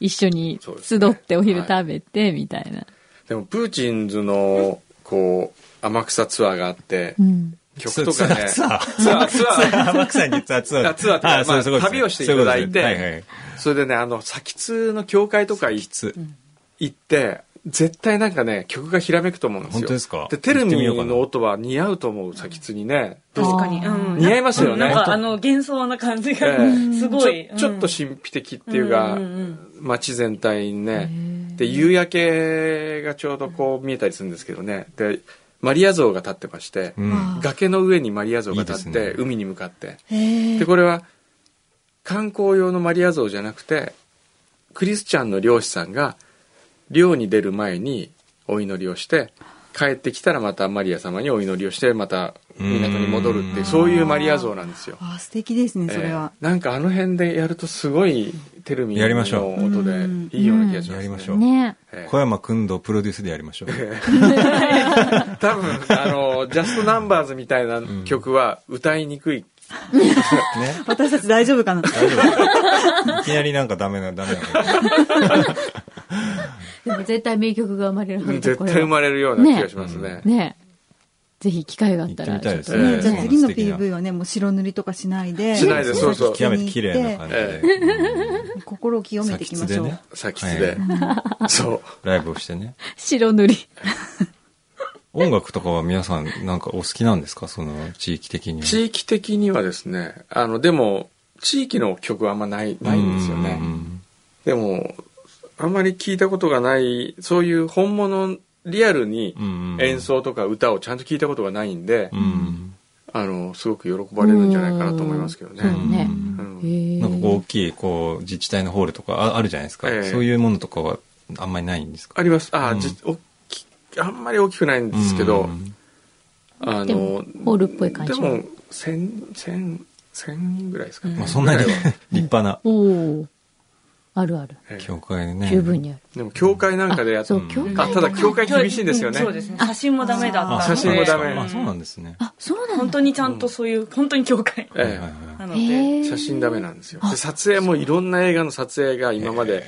Speaker 2: 一緒に
Speaker 1: そうです
Speaker 2: 集
Speaker 1: ね
Speaker 2: ってお昼食べて、みたいな。
Speaker 1: でも、プーチンズの、こう、天草ツアーがあって
Speaker 2: う、ん。
Speaker 1: 曲とか ね。
Speaker 3: ツアー
Speaker 1: ツアー、ツアー。
Speaker 3: 天草にツアー、ツア
Speaker 1: あツアーっていうか
Speaker 3: あそう
Speaker 1: まあ
Speaker 3: すごいですね
Speaker 1: 旅をしていただいて
Speaker 3: そううことですねはいはい。
Speaker 1: それでね、あの、先通の教会とかい
Speaker 3: つ、
Speaker 1: 行って、絶対なんかね、曲がひらめくと思うんですよ。
Speaker 3: 本当ですか
Speaker 1: で、テルミ
Speaker 3: 行ってみようかな
Speaker 1: の音は似合うと思う、先通にね。
Speaker 2: う
Speaker 5: 確かに。うん
Speaker 1: 似合いますよね
Speaker 5: なんか、あの、幻想な感じが
Speaker 1: ええ、ち
Speaker 5: すごい。
Speaker 1: ょちょっと神秘的っていうか
Speaker 5: うんうんうん、
Speaker 1: 街全体にね
Speaker 2: へ。
Speaker 1: で、夕焼けがちょうどこう見えたりするんですけどね。で、マリア像が立ってまして、
Speaker 3: うん。
Speaker 1: 崖の上にマリア像が立っ
Speaker 3: いい
Speaker 1: て、
Speaker 3: ですね
Speaker 1: 海に向かって。
Speaker 4: へ
Speaker 1: で
Speaker 4: え。
Speaker 1: これは観光用のマリア像じゃなくてクリスチャンの漁師さんが漁に出る前にお祈りをして帰ってきたらまたマリア様にお祈りをしてまた港に戻るっていううんそういうマリア像なんですよ。
Speaker 4: あー、素敵ですね、それは
Speaker 1: え。ーなんかあの辺でやるとすごいテルミン
Speaker 3: やりましょ
Speaker 1: の
Speaker 3: う
Speaker 1: 音でいいような気がします、ね
Speaker 3: やりましょう
Speaker 2: ね。
Speaker 1: えー
Speaker 3: 小山君とプロデュースでやりましょう。
Speaker 1: 多分あのジャストナンバーズみたいな曲は歌いにくい、
Speaker 4: 私たち大丈夫かな
Speaker 3: 大丈夫。いきなりなんかダメな、ダメな。
Speaker 2: でも絶対名曲が生まれるはずだ
Speaker 1: 絶
Speaker 2: これ
Speaker 1: 対
Speaker 2: は
Speaker 1: 生まれるような気がしますね
Speaker 2: ねぜひ機会があった
Speaker 3: 行
Speaker 2: ら、
Speaker 3: ってみたいで
Speaker 2: ち
Speaker 3: すね
Speaker 2: ょっ
Speaker 4: ね
Speaker 2: と
Speaker 4: じゃあ次の
Speaker 3: 素敵な
Speaker 4: PV はね、もう白塗りとかしないで。
Speaker 1: しないでそうそう
Speaker 3: 極めて綺麗な感じで。うん
Speaker 4: 心を清めていきましょう。。
Speaker 1: 先つで、そう
Speaker 3: ライブをしてね。
Speaker 2: 白塗り。
Speaker 3: 音楽とかは皆さんなんかお好きなんですかその地域的には。
Speaker 1: 地域的にはですねあのでも地域の曲はあんまないないんですよね
Speaker 3: うんうん
Speaker 1: でもあんまり聞いたことがないそういう本物リアルに
Speaker 3: うんうん
Speaker 1: 演奏とか歌をちゃんと聞いたことがないんで、
Speaker 3: うん。うん
Speaker 1: あのすごく喜ばれるんじゃないかなと思いますけどね
Speaker 2: そうだね。
Speaker 1: う
Speaker 2: へ
Speaker 1: ん
Speaker 2: ー
Speaker 3: なんかこう大きいこう自治体のホールとかああるじゃないですか、
Speaker 1: ええ
Speaker 3: そういうものとかはあんまりないんですか
Speaker 1: ありますあ、
Speaker 3: うん
Speaker 1: じおっきあんまり大きくないんですけど、
Speaker 3: うん
Speaker 1: あ
Speaker 2: でも
Speaker 1: の、
Speaker 2: ホールっぽい感じ
Speaker 1: でも、千、千、千人ぐらいですかね。
Speaker 3: まあそんなに
Speaker 1: ぐらいは
Speaker 3: 立派な
Speaker 2: おおあるある
Speaker 1: ええ
Speaker 3: 教会でね。
Speaker 2: 十分にある、
Speaker 1: でも、教会なんかでやっ
Speaker 2: あそう教会
Speaker 1: あただ、教会厳しいんですよね。
Speaker 5: そうですね。写真もダメだ
Speaker 3: あ、
Speaker 5: った
Speaker 1: 写
Speaker 5: ので。
Speaker 1: 真もダメ
Speaker 3: あ、そうなんですね。
Speaker 2: あそうなんだ
Speaker 5: 本当にちゃんとそういう、本当に教会
Speaker 1: ええ
Speaker 3: はいはいは
Speaker 5: ないの
Speaker 2: へ
Speaker 5: で。
Speaker 2: え
Speaker 1: 写真ダメなんですよ。で、撮影もいろんな映画の撮影が今まで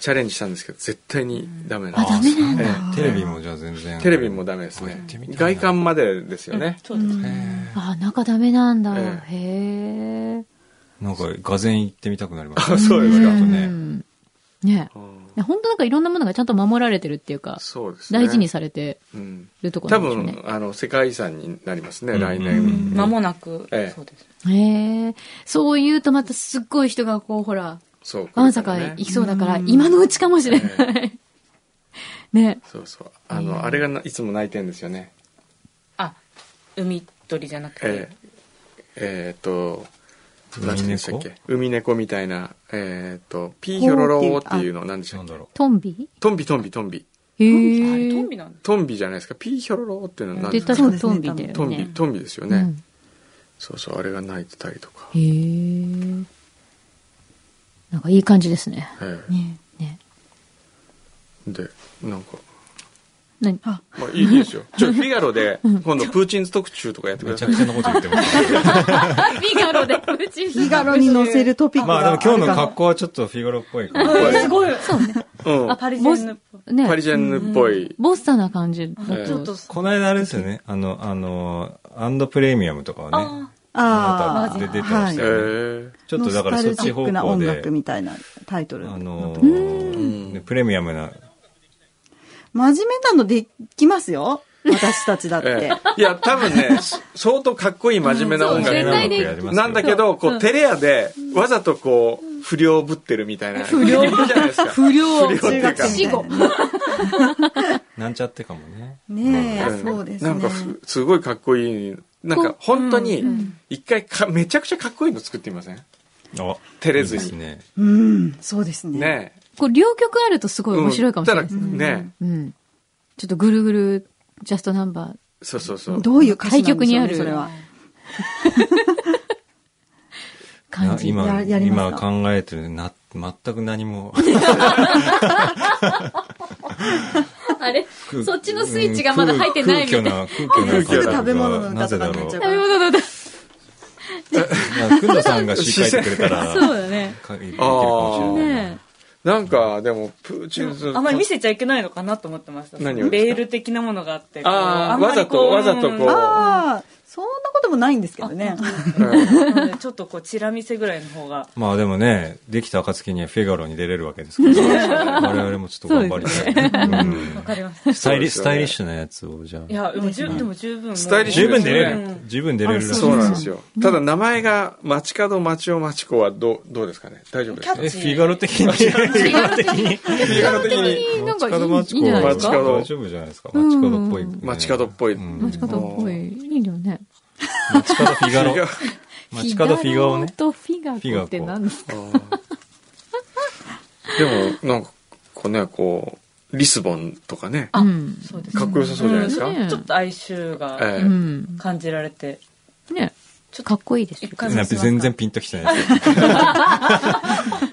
Speaker 1: チャレンジしたんですけど、絶対にダメなん
Speaker 2: あ
Speaker 1: です。
Speaker 2: ダメなんだ、
Speaker 1: え
Speaker 3: テレビもじゃあ全然。
Speaker 1: テレビもダメです
Speaker 3: や
Speaker 1: ね
Speaker 3: ってみ。たいな
Speaker 1: 外観までですよね。
Speaker 5: そうですね。
Speaker 3: へ
Speaker 2: あ中ダメなんだ、へえ
Speaker 1: え
Speaker 3: ーなんか、がぜ行ってみたくなりました。
Speaker 1: あそうですか
Speaker 3: ちょっとね
Speaker 2: うんね
Speaker 1: うん
Speaker 2: 本当なんかいろんなものがちゃんと守られてるっていうか
Speaker 1: そうですね。
Speaker 2: 大事にされて
Speaker 1: うん。
Speaker 2: るところ
Speaker 1: 多
Speaker 2: なんでしょうね
Speaker 1: 分、あの、世界遺産になりますね、
Speaker 3: うん
Speaker 1: 来
Speaker 3: うん
Speaker 1: 年。
Speaker 5: 間もなく、
Speaker 1: ええ
Speaker 5: そうです。
Speaker 2: へえそう言うとまたすっごい人がこうほら
Speaker 1: そう。
Speaker 2: わんさか行きそうだから、今のうちかもしれない。ね。
Speaker 1: そうそう。あの、あれがないつも泣いてるんですよね。
Speaker 5: あ、海鳥じゃなくて
Speaker 1: え。ええーっと、
Speaker 3: 海
Speaker 1: 何でしたっけ海猫みたいな、えーっと、ピーヒョロローっていうの、何でした
Speaker 3: な
Speaker 1: っ
Speaker 3: ん
Speaker 1: け
Speaker 3: だろ
Speaker 2: トンビ
Speaker 1: トンビトンビトンビ。
Speaker 2: へ
Speaker 5: あれトン
Speaker 2: え。
Speaker 5: ビなんだ。
Speaker 1: トンビじゃないですか。ピーヒョロローっていうのは何で
Speaker 2: で、
Speaker 1: すか
Speaker 2: 確かトンビだよね。
Speaker 1: トンビ、トンビですよ
Speaker 2: う
Speaker 1: ね
Speaker 2: ん。
Speaker 1: そうそう、あれが泣いてたりとか。
Speaker 2: へえ。なんかいい感じですね。
Speaker 1: え
Speaker 4: ね
Speaker 2: ね。
Speaker 1: えで、なんか、
Speaker 2: 何
Speaker 1: まあいいです よ。ちょ、フィガロで、今度プーチン特集とかやってく
Speaker 3: う。め
Speaker 1: だ
Speaker 3: ち
Speaker 1: さ
Speaker 3: ゃ
Speaker 1: い
Speaker 3: く。ちゃなこと言ってま す。
Speaker 2: あ、フィガロで、うち
Speaker 4: フィガロに載せるトピック
Speaker 3: まあ
Speaker 4: が
Speaker 3: で
Speaker 4: あ
Speaker 3: も
Speaker 4: るかも
Speaker 3: 今日の格好はちょっとフィガロっぽいから。
Speaker 5: すごい。
Speaker 1: うん。
Speaker 5: パリジェンヌっぽい。
Speaker 2: ね
Speaker 1: パ。リジェンヌっぽい。
Speaker 2: ボッサな感じだ
Speaker 1: ええ
Speaker 5: ちょっと
Speaker 2: と。、
Speaker 3: この間あれですよね。あの、あの、アンドプレミアムとかはね
Speaker 5: あ。
Speaker 4: あ
Speaker 3: あ
Speaker 4: あ
Speaker 3: なたで出てました
Speaker 1: え
Speaker 3: よね。
Speaker 1: ー
Speaker 3: ちょっとだからそっち方
Speaker 4: ノスタルジックな
Speaker 3: 向
Speaker 4: 音
Speaker 3: で
Speaker 4: 楽、みたいなタイトル。
Speaker 3: あのー、ねプレミアムな、
Speaker 4: 真面目なのできますよ。私たちだっ
Speaker 1: え
Speaker 4: て。
Speaker 1: え。いや、多分 ね、相当かっこいい真面目な音
Speaker 2: そう
Speaker 1: 楽
Speaker 2: 絶対
Speaker 1: な
Speaker 2: で
Speaker 3: やりますよ
Speaker 1: なんだけど、こう、テレアで、わざとこう、不良ぶってるみたいな。不良じゃないですか。
Speaker 2: 不良。
Speaker 1: 不良っていうか
Speaker 2: 死後。
Speaker 3: なんちゃってかもね。
Speaker 4: ね
Speaker 1: う
Speaker 4: え、
Speaker 1: ん
Speaker 4: そうですね。
Speaker 1: なんかふ、すごいかっこいい。なんか、本当に、一回か、めちゃくちゃかっこいいの作ってみません
Speaker 3: あ、
Speaker 1: 照れず
Speaker 3: いいです
Speaker 1: に。
Speaker 3: ね。
Speaker 4: うん、そうですね。
Speaker 1: ね
Speaker 2: こう、両曲あるとすごい面白いかもしれない
Speaker 1: で
Speaker 2: ですすね。
Speaker 1: ね。
Speaker 2: うん。ちょっとぐるぐる、ジャストナンバー。
Speaker 1: そうそうそう。
Speaker 4: どういう歌詞なんでしょう
Speaker 2: 対極にある
Speaker 4: ね、それは。
Speaker 2: 感
Speaker 3: な
Speaker 2: じ。
Speaker 3: 今
Speaker 4: ややります
Speaker 3: 今
Speaker 4: か
Speaker 3: 考えてるな全く何も
Speaker 2: あれそっちのスイッチがまだ入ってないみたいな。
Speaker 3: 空虚な空
Speaker 1: す
Speaker 3: 虚
Speaker 1: ぐ
Speaker 3: な
Speaker 4: 食べ物の歌
Speaker 3: なぜ
Speaker 4: とか
Speaker 3: だ
Speaker 4: にな
Speaker 3: ろ
Speaker 4: っちゃ
Speaker 2: 食
Speaker 4: う
Speaker 3: う
Speaker 2: べ物の歌。
Speaker 3: くんどさんが詩書いてくれたら
Speaker 2: そうだね。
Speaker 3: かいけるかもしれないな
Speaker 2: ね
Speaker 1: なんか、でも、プーチンズ
Speaker 5: あんまり見せちゃいけないのかなと思ってました。
Speaker 1: 何をですか
Speaker 5: レール的なものがあって。こう
Speaker 1: ああ、
Speaker 5: んま
Speaker 1: わざ、
Speaker 5: りことう
Speaker 1: わざとこう。
Speaker 4: ああ、そんなこともないんですけどね。
Speaker 1: うん
Speaker 5: なのでちょっとこう、チラ見せぐらいの方が。
Speaker 3: まあでもねできた暁にはフィガロに出れるわけですから 我々もちょっと頑張りたい、
Speaker 5: わかりました。
Speaker 3: スタイリス
Speaker 1: そうですよね
Speaker 3: タイリッシュなやつをじゃ
Speaker 5: い
Speaker 3: あ
Speaker 5: や、でも十でも十分。
Speaker 1: スタイリッシュ
Speaker 3: 十分
Speaker 1: で
Speaker 3: 出
Speaker 1: す
Speaker 3: れ
Speaker 1: ね
Speaker 3: る、十分出れるらしい
Speaker 1: そうなんですよ。ただ名前が、街角、町尾、町子はどう、どうですかね大丈夫ですか
Speaker 5: キャ
Speaker 3: え
Speaker 5: ッ
Speaker 3: フィガロ的にフィガロ的に
Speaker 1: フィガロ的に
Speaker 2: なんかいい
Speaker 3: マチ
Speaker 2: いいんじゃない
Speaker 1: ですか
Speaker 3: 大丈夫じゃないですか街角っぽい、
Speaker 1: 街角っぽい。
Speaker 2: 街角っぽい。いいよね。
Speaker 3: 街角フィガロ
Speaker 1: 違う
Speaker 3: 街角フィガをね
Speaker 2: フィガロとフィガコって何ですか
Speaker 1: でも、なんか、こうね、こう、リスボンとかね、
Speaker 5: あ
Speaker 2: うん、
Speaker 5: そうです
Speaker 1: かっこよさそうじゃないですか。
Speaker 2: うんね
Speaker 5: ちょっと哀愁
Speaker 1: え
Speaker 5: が
Speaker 1: え
Speaker 2: うん。
Speaker 5: 感じられて。
Speaker 2: ね。
Speaker 5: ちょっ
Speaker 2: かっ
Speaker 5: と
Speaker 2: こいいですよ
Speaker 5: 一。回
Speaker 3: なんか全然ピンときてないですよ。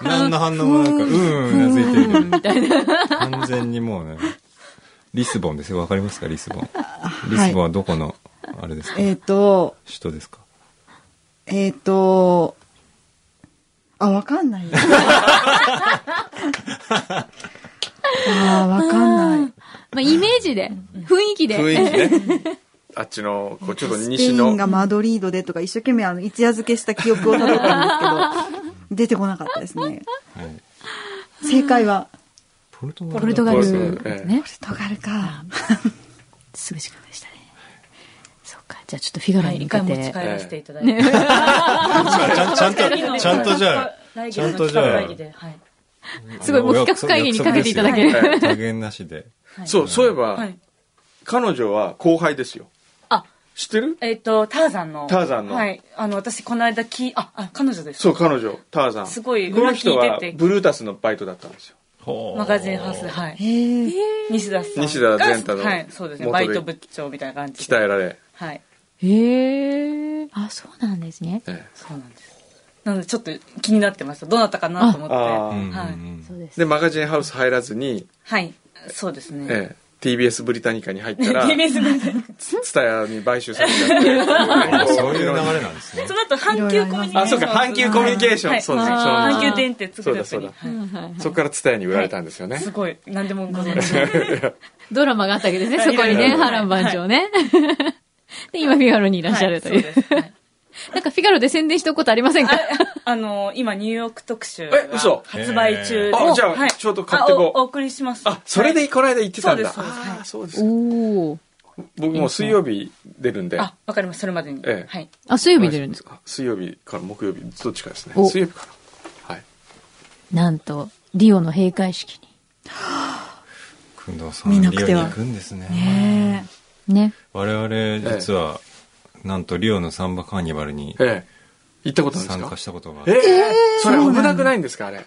Speaker 3: 何の反応もなんか、うーん、うなずいてるけど。
Speaker 2: みたいな。
Speaker 3: 完全にもうね、リスボンですよ。わかりますかリスボン。リスボンはどこの、あれですか
Speaker 4: えっ
Speaker 3: 首
Speaker 4: と、
Speaker 3: 都ですか
Speaker 4: えっと、あ、わかん ない。ああ、わかんない。
Speaker 2: まあ、イメージで、雰囲気で。
Speaker 1: 雰囲気ね。 あっちの、こう、ちょっと
Speaker 4: スペ
Speaker 1: 西
Speaker 4: イ
Speaker 1: の
Speaker 4: ン、がマドリードでとか一生懸命あの一夜漬けした記憶をたどった んですけど、出てこなかったですね。
Speaker 3: はい。
Speaker 4: 正解は、
Speaker 3: ポルト
Speaker 2: ポルトガル
Speaker 1: ポルトガル
Speaker 2: ね。
Speaker 4: ポルトガルか。
Speaker 2: すぐ近くでしたね。そうか。じゃあちょっとフィガロ
Speaker 5: はい、
Speaker 2: に
Speaker 5: 一
Speaker 2: 向け
Speaker 5: 回持ち帰
Speaker 2: て。
Speaker 5: らせていただいて。
Speaker 3: ちゃんちゃん と、ちゃんとじゃあ、
Speaker 5: 来
Speaker 3: ち
Speaker 5: 月
Speaker 3: ゃんと
Speaker 5: の
Speaker 3: じゃあ
Speaker 5: 企画会議で。はい。
Speaker 2: すごいもう企画会議にかけていただける
Speaker 3: 約束ですよ加減なしで。
Speaker 5: はい
Speaker 1: そう、そういえば、
Speaker 5: はい。
Speaker 1: 彼女は後輩ですよ。
Speaker 5: あ、
Speaker 1: 知ってる
Speaker 5: えっと、ターザンの。
Speaker 1: ターザンの
Speaker 5: はい。あの、私、この間き、あ、あ、彼女です。
Speaker 1: そう、彼女、ターザン。
Speaker 5: すごい
Speaker 1: この人
Speaker 5: 裏
Speaker 1: は
Speaker 5: 聞いてて
Speaker 1: ブルータスのバイトだったんですよ。
Speaker 5: マガジンハウス、はい。
Speaker 4: へえ。
Speaker 5: 西田さんが。
Speaker 1: 西田善太の
Speaker 5: はい、そうですね。
Speaker 1: 元
Speaker 5: バ
Speaker 1: で
Speaker 5: イト部長みたいな感じで。
Speaker 1: 鍛えられ。
Speaker 5: はい
Speaker 2: へえ。あ、そうなんですね。
Speaker 1: ええ
Speaker 5: そうなんですなのでちょっと気になってましたどうなったかなと思って
Speaker 1: ああ
Speaker 3: うんうんうん
Speaker 5: はい
Speaker 2: そうです。
Speaker 1: でマガジンハウス入らずに、
Speaker 5: はいそうですね、
Speaker 1: ええ TBS ブリタニカに入 ったら
Speaker 5: TBS ブリタニカ
Speaker 1: ツタヤに買収されちゃってっていうね
Speaker 3: あ そういう流れなんですね
Speaker 5: その後阪急コミュニケーション
Speaker 1: あそうか阪急コミュニケーション
Speaker 5: はい
Speaker 1: そうです
Speaker 5: はい
Speaker 2: そうです
Speaker 5: 阪急電鉄グル
Speaker 1: そうだ
Speaker 5: ー
Speaker 1: そ
Speaker 5: プには
Speaker 1: そこからツタヤに売られたんですよ
Speaker 5: い
Speaker 1: ね
Speaker 5: すごい何でもご存知
Speaker 2: ドラマがあったわけですね、そこに
Speaker 5: はい
Speaker 2: ね、
Speaker 5: はい
Speaker 2: 波乱万丈ね。 で、今、フィガロにいらっしゃるとい
Speaker 5: はそう
Speaker 2: う。
Speaker 5: ですはい
Speaker 2: なんか、フィガロで宣伝したことありませんか
Speaker 5: あの今ニューヨーク特集
Speaker 1: え嘘
Speaker 5: が発売中で、
Speaker 1: あじゃあ
Speaker 5: はい
Speaker 1: ちょうど買ってこう
Speaker 5: あおお送りします
Speaker 1: あそれでこの間行ってたんだ
Speaker 5: そうですそうです
Speaker 1: ああそうです
Speaker 2: おお。
Speaker 1: 僕もう水曜日出るんで
Speaker 5: あわかりますそれまでに、
Speaker 1: ええ
Speaker 5: はい
Speaker 2: あ、水曜日出るんですか
Speaker 1: あ水曜日から木曜日どっちかですね
Speaker 2: お
Speaker 1: 水曜日からはい
Speaker 2: なんと、リオの閉会式
Speaker 3: 工藤さん
Speaker 4: 見
Speaker 3: リ
Speaker 4: な
Speaker 3: オに
Speaker 4: くては
Speaker 3: 行くんですね
Speaker 4: ね
Speaker 2: に。ね。
Speaker 3: 我々実は、なんとリオのサンバカーニバルに
Speaker 1: ええ行ったことあるんです
Speaker 3: 参
Speaker 1: か
Speaker 3: 加したことがあっ
Speaker 1: え
Speaker 3: て
Speaker 1: えそれ危なくないんですかあれ
Speaker 4: え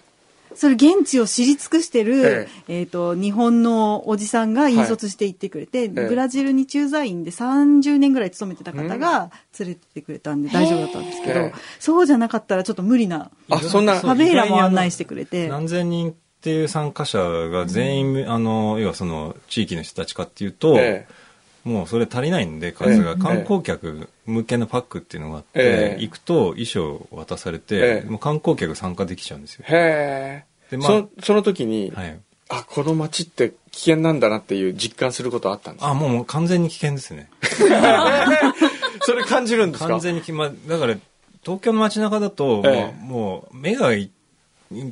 Speaker 4: それ現地を知り尽くしてる、
Speaker 1: え
Speaker 4: えっ、と、日本のおじさんが引率して行ってくれて、
Speaker 1: ええ
Speaker 4: ブラジルに駐在員で30年ぐらい勤めてた方が連れてってくれたんで大丈夫だったんですけど、
Speaker 1: ええ
Speaker 4: そうじゃなかったらちょっと無理な、
Speaker 1: あそんな
Speaker 4: ファベーラも案内してくれて、
Speaker 3: 何千人っていう参加者が全員、あの要はその地域の人たちかっていうと、
Speaker 1: ええ
Speaker 3: もうそれ足りないんで数が、
Speaker 1: ええ
Speaker 3: 観光客向けのパックっていうのがあって、
Speaker 1: ええ
Speaker 3: 行くと衣装を渡され
Speaker 1: え
Speaker 3: て、
Speaker 1: え
Speaker 3: もう観光客参加できちゃうんですよ、
Speaker 1: へえ
Speaker 3: でまあ
Speaker 1: そその時に
Speaker 3: はい、
Speaker 1: あこの街って危険なんだなっていう実感することあったんですか
Speaker 3: あもうもう完全に危険ですね
Speaker 1: それ感じるんですか
Speaker 3: 完全にき、まあ、だから東京の街中だともう,、
Speaker 1: ええ
Speaker 3: もう目がい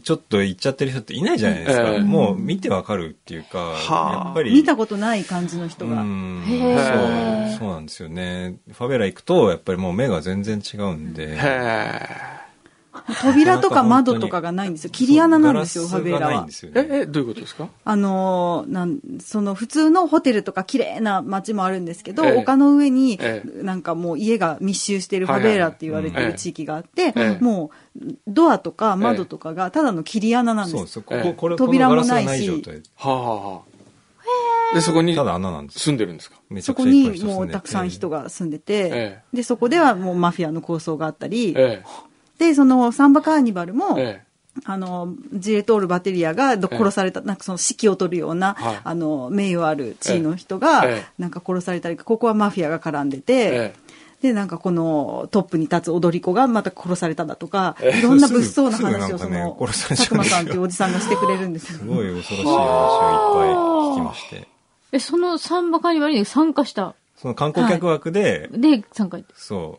Speaker 3: ちょっと行っちゃってる人っていないじゃないですか、
Speaker 1: ええ
Speaker 3: もう見てわかるっていうか、
Speaker 1: はあ
Speaker 3: やっぱり
Speaker 4: 見たことない感じの人が。
Speaker 3: うん
Speaker 2: へー
Speaker 3: そうそうなんですよねファベラ行くとやっぱりもう目が全然違うんで
Speaker 1: へ
Speaker 4: 扉とか窓とかがないんですよ。切り穴なんですよ、フ
Speaker 3: そう
Speaker 4: ァベー
Speaker 3: ガ
Speaker 4: ラ
Speaker 3: ラスがない
Speaker 4: は
Speaker 3: んで。すよ
Speaker 1: え
Speaker 3: ね
Speaker 1: えどういうことですか
Speaker 4: あのーなん、その普通のホテルとか綺麗な街もあるんですけど、
Speaker 1: ええ
Speaker 4: 丘の上に
Speaker 1: え、
Speaker 4: なんかもう家が密集してるファベーラって言われて
Speaker 1: はいはい
Speaker 4: る地域があって
Speaker 1: ええ、
Speaker 4: もうドアとか窓とかがただの切り穴なん
Speaker 3: そ
Speaker 4: で
Speaker 3: うです
Speaker 4: す。
Speaker 3: よこ
Speaker 1: ええ
Speaker 3: ここれ
Speaker 4: 扉
Speaker 3: こ
Speaker 4: も
Speaker 3: のガラスが
Speaker 4: ないし
Speaker 3: 状態
Speaker 1: はあはあはあでそこに
Speaker 3: ただ穴なんですよ
Speaker 1: 住んでるんですか
Speaker 3: めちゃ
Speaker 4: そ
Speaker 3: く
Speaker 4: こ
Speaker 3: ちゃいっぱい
Speaker 4: に
Speaker 3: 人住んでて
Speaker 4: もうたくさん人が住んで
Speaker 1: え
Speaker 4: て、で、そこではもうマフィアの構想があったり、
Speaker 1: え
Speaker 4: で、そのサンバカーニバルも、
Speaker 1: え
Speaker 4: あの、ジレトール・バテリアがど
Speaker 1: ええ
Speaker 4: 殺された、なんかその指揮を取るような、
Speaker 1: はい
Speaker 4: あの、名誉ある地位の人が、
Speaker 1: ええ
Speaker 4: なんか殺されたり、ここはマフィアが絡んでて、
Speaker 1: ええ
Speaker 4: で、なんかこのトップに立つ踊り子がまた殺されたんだとか、
Speaker 1: ええ
Speaker 4: いろんな物騒な話を
Speaker 3: す
Speaker 4: そ
Speaker 3: ぐなん
Speaker 4: の、
Speaker 3: かね殺されち
Speaker 4: 佐
Speaker 3: ゃう
Speaker 4: 久間さんっ
Speaker 3: んですよ
Speaker 4: ていうおじさんがしてくれるんですよ
Speaker 3: す。ごい恐ろしい話をいっぱい聞きまして
Speaker 2: え、そのサンバカーニバルに参加した。
Speaker 3: その観光客枠で、
Speaker 2: で、参加。
Speaker 3: そ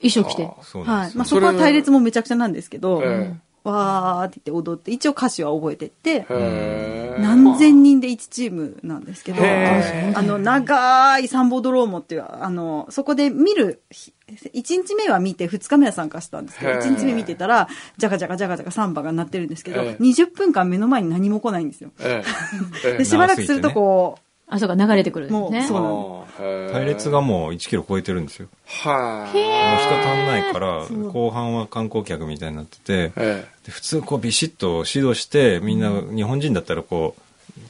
Speaker 2: 衣装着て。
Speaker 3: うそうな
Speaker 4: は
Speaker 3: ん
Speaker 4: い
Speaker 3: で。すよ、
Speaker 4: まあそ
Speaker 1: そ
Speaker 4: こは
Speaker 1: れは
Speaker 4: 隊列もめちゃくちゃなんですけど、
Speaker 1: え
Speaker 4: わーって言って踊って、一応歌詞は覚えてって、
Speaker 1: へえ
Speaker 4: 何千人で1チームなんですけど、
Speaker 1: へ
Speaker 4: あの、長いサンボドローモっていう、あの、そこで見る日、1日目は見て、2日目は参加したんですけど、
Speaker 1: へー
Speaker 4: 1日目見てたら、じゃかじゃかじゃかじゃかサンバが鳴ってるんですけど、
Speaker 1: ええ
Speaker 4: 20分間目の前に何も来ないんですよ。
Speaker 1: えええ
Speaker 4: で、しばらくするとこ
Speaker 2: あ、そうか、流れてくるんですね
Speaker 4: も。そう
Speaker 1: え
Speaker 3: 隊列がもう1キロ超えてるんですよ
Speaker 1: は
Speaker 3: も
Speaker 1: いう
Speaker 3: 人足んないから後半は観光客みたいになってて
Speaker 1: え
Speaker 3: で普通こうビシッと指導してみんな日本人だったらこう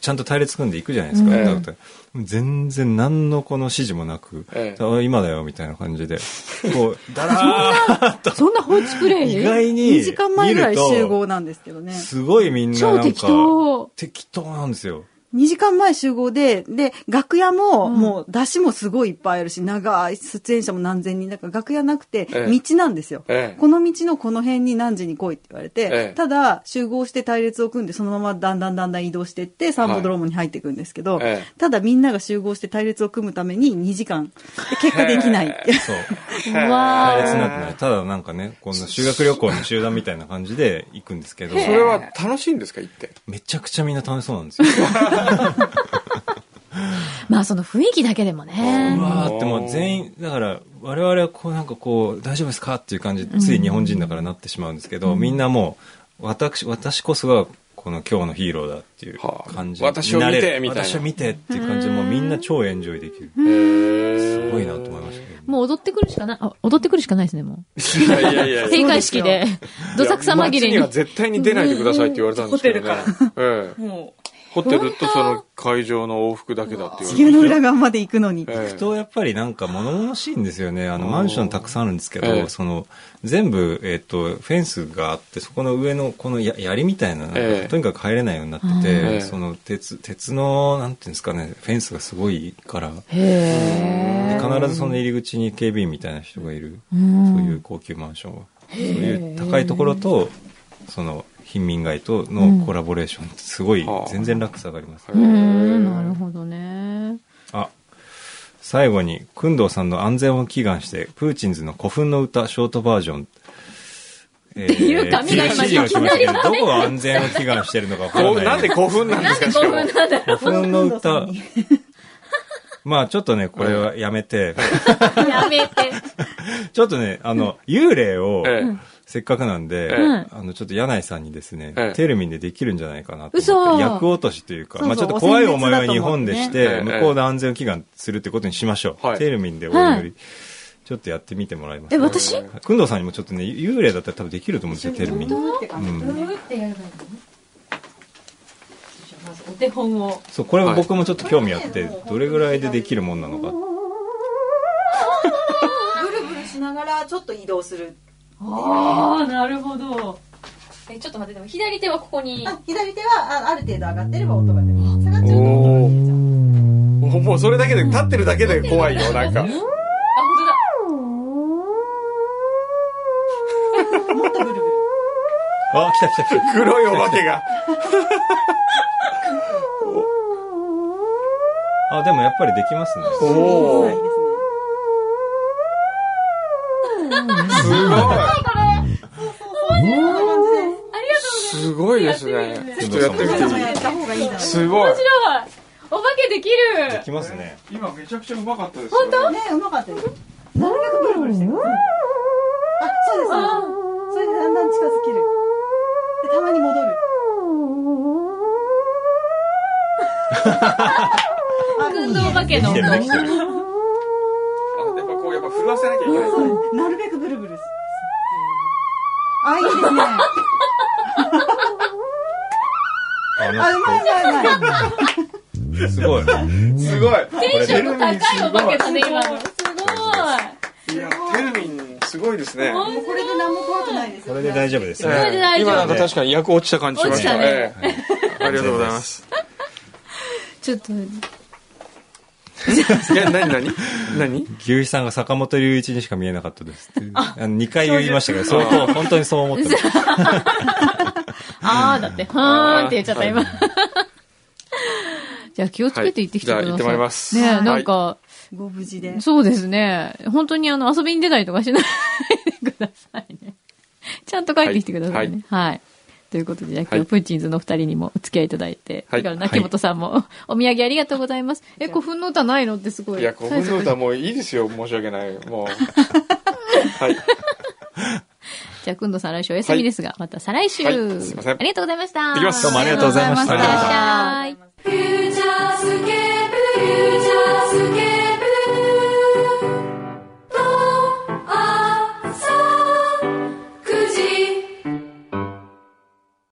Speaker 3: ちゃんと隊列組んでいくじゃないですか、
Speaker 1: うん
Speaker 3: だって全然何のこの指示もなく、
Speaker 1: ええ
Speaker 3: あ今だよみたいな感 じでこうだらーっと
Speaker 2: そんな放置プレイ
Speaker 3: 意外
Speaker 4: う、
Speaker 3: に
Speaker 4: 2時間前ぐらい
Speaker 3: 見ると
Speaker 4: 集合なんですけどね。
Speaker 3: すごいみんな
Speaker 2: 超
Speaker 3: なんか
Speaker 2: 適当。
Speaker 3: 適当なんですよ
Speaker 4: 2時間前集合で、で、楽屋も、もう、出汁もすごいいっぱいあるし、長い、出演者も何千人だから、楽屋なくて、
Speaker 1: ええ
Speaker 4: 道なんですよ。
Speaker 1: ええ
Speaker 4: この道のこの辺に何時に来いって言われて、
Speaker 1: ええ
Speaker 4: ただ、集合して隊列を組んで、そのままだんだんだんだん移動していって、サンボドロームに入っていくんですけど、
Speaker 1: ええ
Speaker 4: ただみんなが集合して隊列を組むために2時間、で結果できないっていう。
Speaker 3: そう
Speaker 2: うわー
Speaker 3: 隊列なんてないただなんかねこの修学旅行の集団みたいな感じで行くんですけど
Speaker 1: それは楽しいんですか行って
Speaker 3: めちゃくちゃみんな楽しそうなんですよ
Speaker 2: まあ、その雰囲気だけでも
Speaker 3: う
Speaker 2: ね。
Speaker 3: わーってもう全員だから我々はこうなんかこう大丈夫ですかっていう感じでつい日本人だからなってしまうんですけど、みんなもう私私こそがこの今日のヒーローだっていう
Speaker 1: はあ
Speaker 3: 感じ
Speaker 1: 私を見て
Speaker 3: にれる
Speaker 1: みたいな
Speaker 3: 私を見てっていう感じでもうみんな超エンジョイできる
Speaker 1: す
Speaker 3: すごいなと思いましたけど
Speaker 2: もう踊ってくるしかない、あ、踊ってくるしかないですね、も
Speaker 1: いやいやいや
Speaker 2: う。閉会式で、どさくさ紛
Speaker 1: いや街
Speaker 2: れ
Speaker 1: には
Speaker 2: に。
Speaker 1: 絶対に出ないでくださいって言われたんですけどね
Speaker 5: うん
Speaker 1: え
Speaker 5: もう
Speaker 1: ホテルとその会場の往復だけだって言われて
Speaker 4: 地球の裏側まで行くのに。
Speaker 1: ええ
Speaker 3: 行くとやっぱりなんか物々しいんですよね。あの
Speaker 1: おー
Speaker 3: マンションたくさんあるんですけど、
Speaker 1: ええ
Speaker 3: その全部、えっ、と、フェンスがあって、そこの上のこのや槍みたいなのが、
Speaker 1: ええ
Speaker 3: とにかく入れないようになってて、
Speaker 1: ええ
Speaker 3: その鉄、鉄の、なんていうんですかね、フェンスがすごいから、
Speaker 2: へえ。
Speaker 3: 必ずその入り口に警備員みたいな人がいる、
Speaker 2: ん
Speaker 3: そういう高級マンションは。そういう高いところと、その、貧民街とのコラボレーションってすごい
Speaker 1: はあ
Speaker 3: 全然落差があります。
Speaker 2: うーん、なるほどね。
Speaker 3: あ最後に、工藤さんの安全を祈願して、プーチンズの古墳の歌ショートバージョン。えー
Speaker 2: っていう紙が今
Speaker 3: TRC が来ましたけど
Speaker 2: いきなり
Speaker 3: どこが安全を祈願してるのか分か
Speaker 1: こ
Speaker 3: ら
Speaker 1: う
Speaker 3: ない。
Speaker 1: なんで古墳なんですかしかも
Speaker 2: なんで興奮なんだろ
Speaker 3: 古墳の歌
Speaker 4: 工藤。
Speaker 3: まあちょっとね、これはやめて、
Speaker 2: う。やめて。
Speaker 3: ちょっとね、あの、幽霊を、
Speaker 1: ええ
Speaker 3: せっかくなんで、
Speaker 1: え
Speaker 2: え
Speaker 3: あの、ちょっと柳井さんにですね、
Speaker 1: ええ
Speaker 3: テルミンでできるんじゃないかなと思っ
Speaker 2: 嘘
Speaker 3: て、役落としというか、
Speaker 4: そうそう
Speaker 3: まあちょっと怖い思いは日本でし
Speaker 1: お先
Speaker 3: て、
Speaker 1: 日だと思ってね
Speaker 3: 向こうで安全を祈願するってことにしましょう。
Speaker 1: はい
Speaker 3: テルミンでお祈り、
Speaker 2: はい
Speaker 3: ちょっとやってみてもらいます
Speaker 4: え、。私
Speaker 3: くんどうさんにもちょっとね、幽霊だったら多分できると思うんですよ、テルミン。うん。
Speaker 5: まずお手本を。
Speaker 3: そう、これ
Speaker 1: はい
Speaker 3: 僕もちょっと興味あって、どれぐらいでできるもんなのか。
Speaker 4: ぐるぐるしながらちょっと移動する。
Speaker 5: ああ、なるほど。
Speaker 2: え、ちょっと待って、でも左手はここに。
Speaker 4: 左手はあある程度上がってれば音が出る。下がっ
Speaker 1: お
Speaker 4: ちゃうと音が出ちゃう。
Speaker 1: おもうそれだけで立ってるだけで怖いよなんか
Speaker 2: あ、本当だ。
Speaker 3: あ、来た来た来た。
Speaker 1: 黒いお化けが
Speaker 3: あ、でもやっぱりできますね。
Speaker 1: おおすごいすごいですねちょっとやってみていい
Speaker 4: やった方がいいだろう。
Speaker 1: すごい
Speaker 2: 白い。お化けでき
Speaker 3: で
Speaker 2: る。
Speaker 3: きますね。
Speaker 1: 今めちゃくちゃうまかったです本当
Speaker 4: ねうまかったよ。なるべくブルブルしてください。あ、そうです。それでだんだん近づける。で、たまに戻る。
Speaker 2: 運動お化け
Speaker 3: で
Speaker 2: の
Speaker 3: きてるできてる。
Speaker 1: やっぱこうやっぱ振らせなきゃいけない
Speaker 4: そうなるべくブルブルする。あ、いい ですね。
Speaker 3: あ、
Speaker 4: あ、
Speaker 3: な
Speaker 4: うんまいうま
Speaker 3: か
Speaker 4: いうまい。
Speaker 3: こうすごい。
Speaker 1: すごい
Speaker 2: テンションの高いお化けだね、今の。す
Speaker 1: いやテルミンすごいですね
Speaker 2: ごい。
Speaker 4: これで何も怖くないです
Speaker 3: こ
Speaker 4: よ
Speaker 3: れで大丈夫です
Speaker 2: れ
Speaker 3: ね
Speaker 2: で。大丈夫
Speaker 1: 今なんか確かに役落ちた感じしました
Speaker 2: 落ちたね
Speaker 1: ええありがとうございます
Speaker 2: ちょっと、
Speaker 1: いや何何何
Speaker 3: 牛肥さんが坂本龍一にしか見えなかったですって。あの2回言いましたけど、そうそう本当にそう思ってます。
Speaker 2: あーだって、はーんって言っちゃった、今
Speaker 1: は。
Speaker 2: じゃあ気をつけて行ってきてください。
Speaker 1: はいじゃあ行ってまいります
Speaker 2: ねえ
Speaker 1: はい
Speaker 2: なんか、
Speaker 4: ご無事で。
Speaker 2: そうですね。本当にあの、遊びに出たりとかしないでくださいね。 ちゃんと帰ってきてくださいね。はい。ということで、じゃあ今
Speaker 1: はい
Speaker 2: 日プーチンズのお二人にもお付き合いいただいて、
Speaker 1: はい
Speaker 2: だから中本さんもお土産ありがとうございます。え、古墳の歌ないのってすごい。
Speaker 1: いや古墳の歌
Speaker 2: も。
Speaker 1: もういいですよ申し訳ない もうはい
Speaker 2: じゃあ、くんどさん来週お休みですが、また再来週。
Speaker 1: はいすいません
Speaker 2: ありがとうございました。
Speaker 1: いってきますどうも
Speaker 3: ありがとうございました
Speaker 2: いってらっしゃい。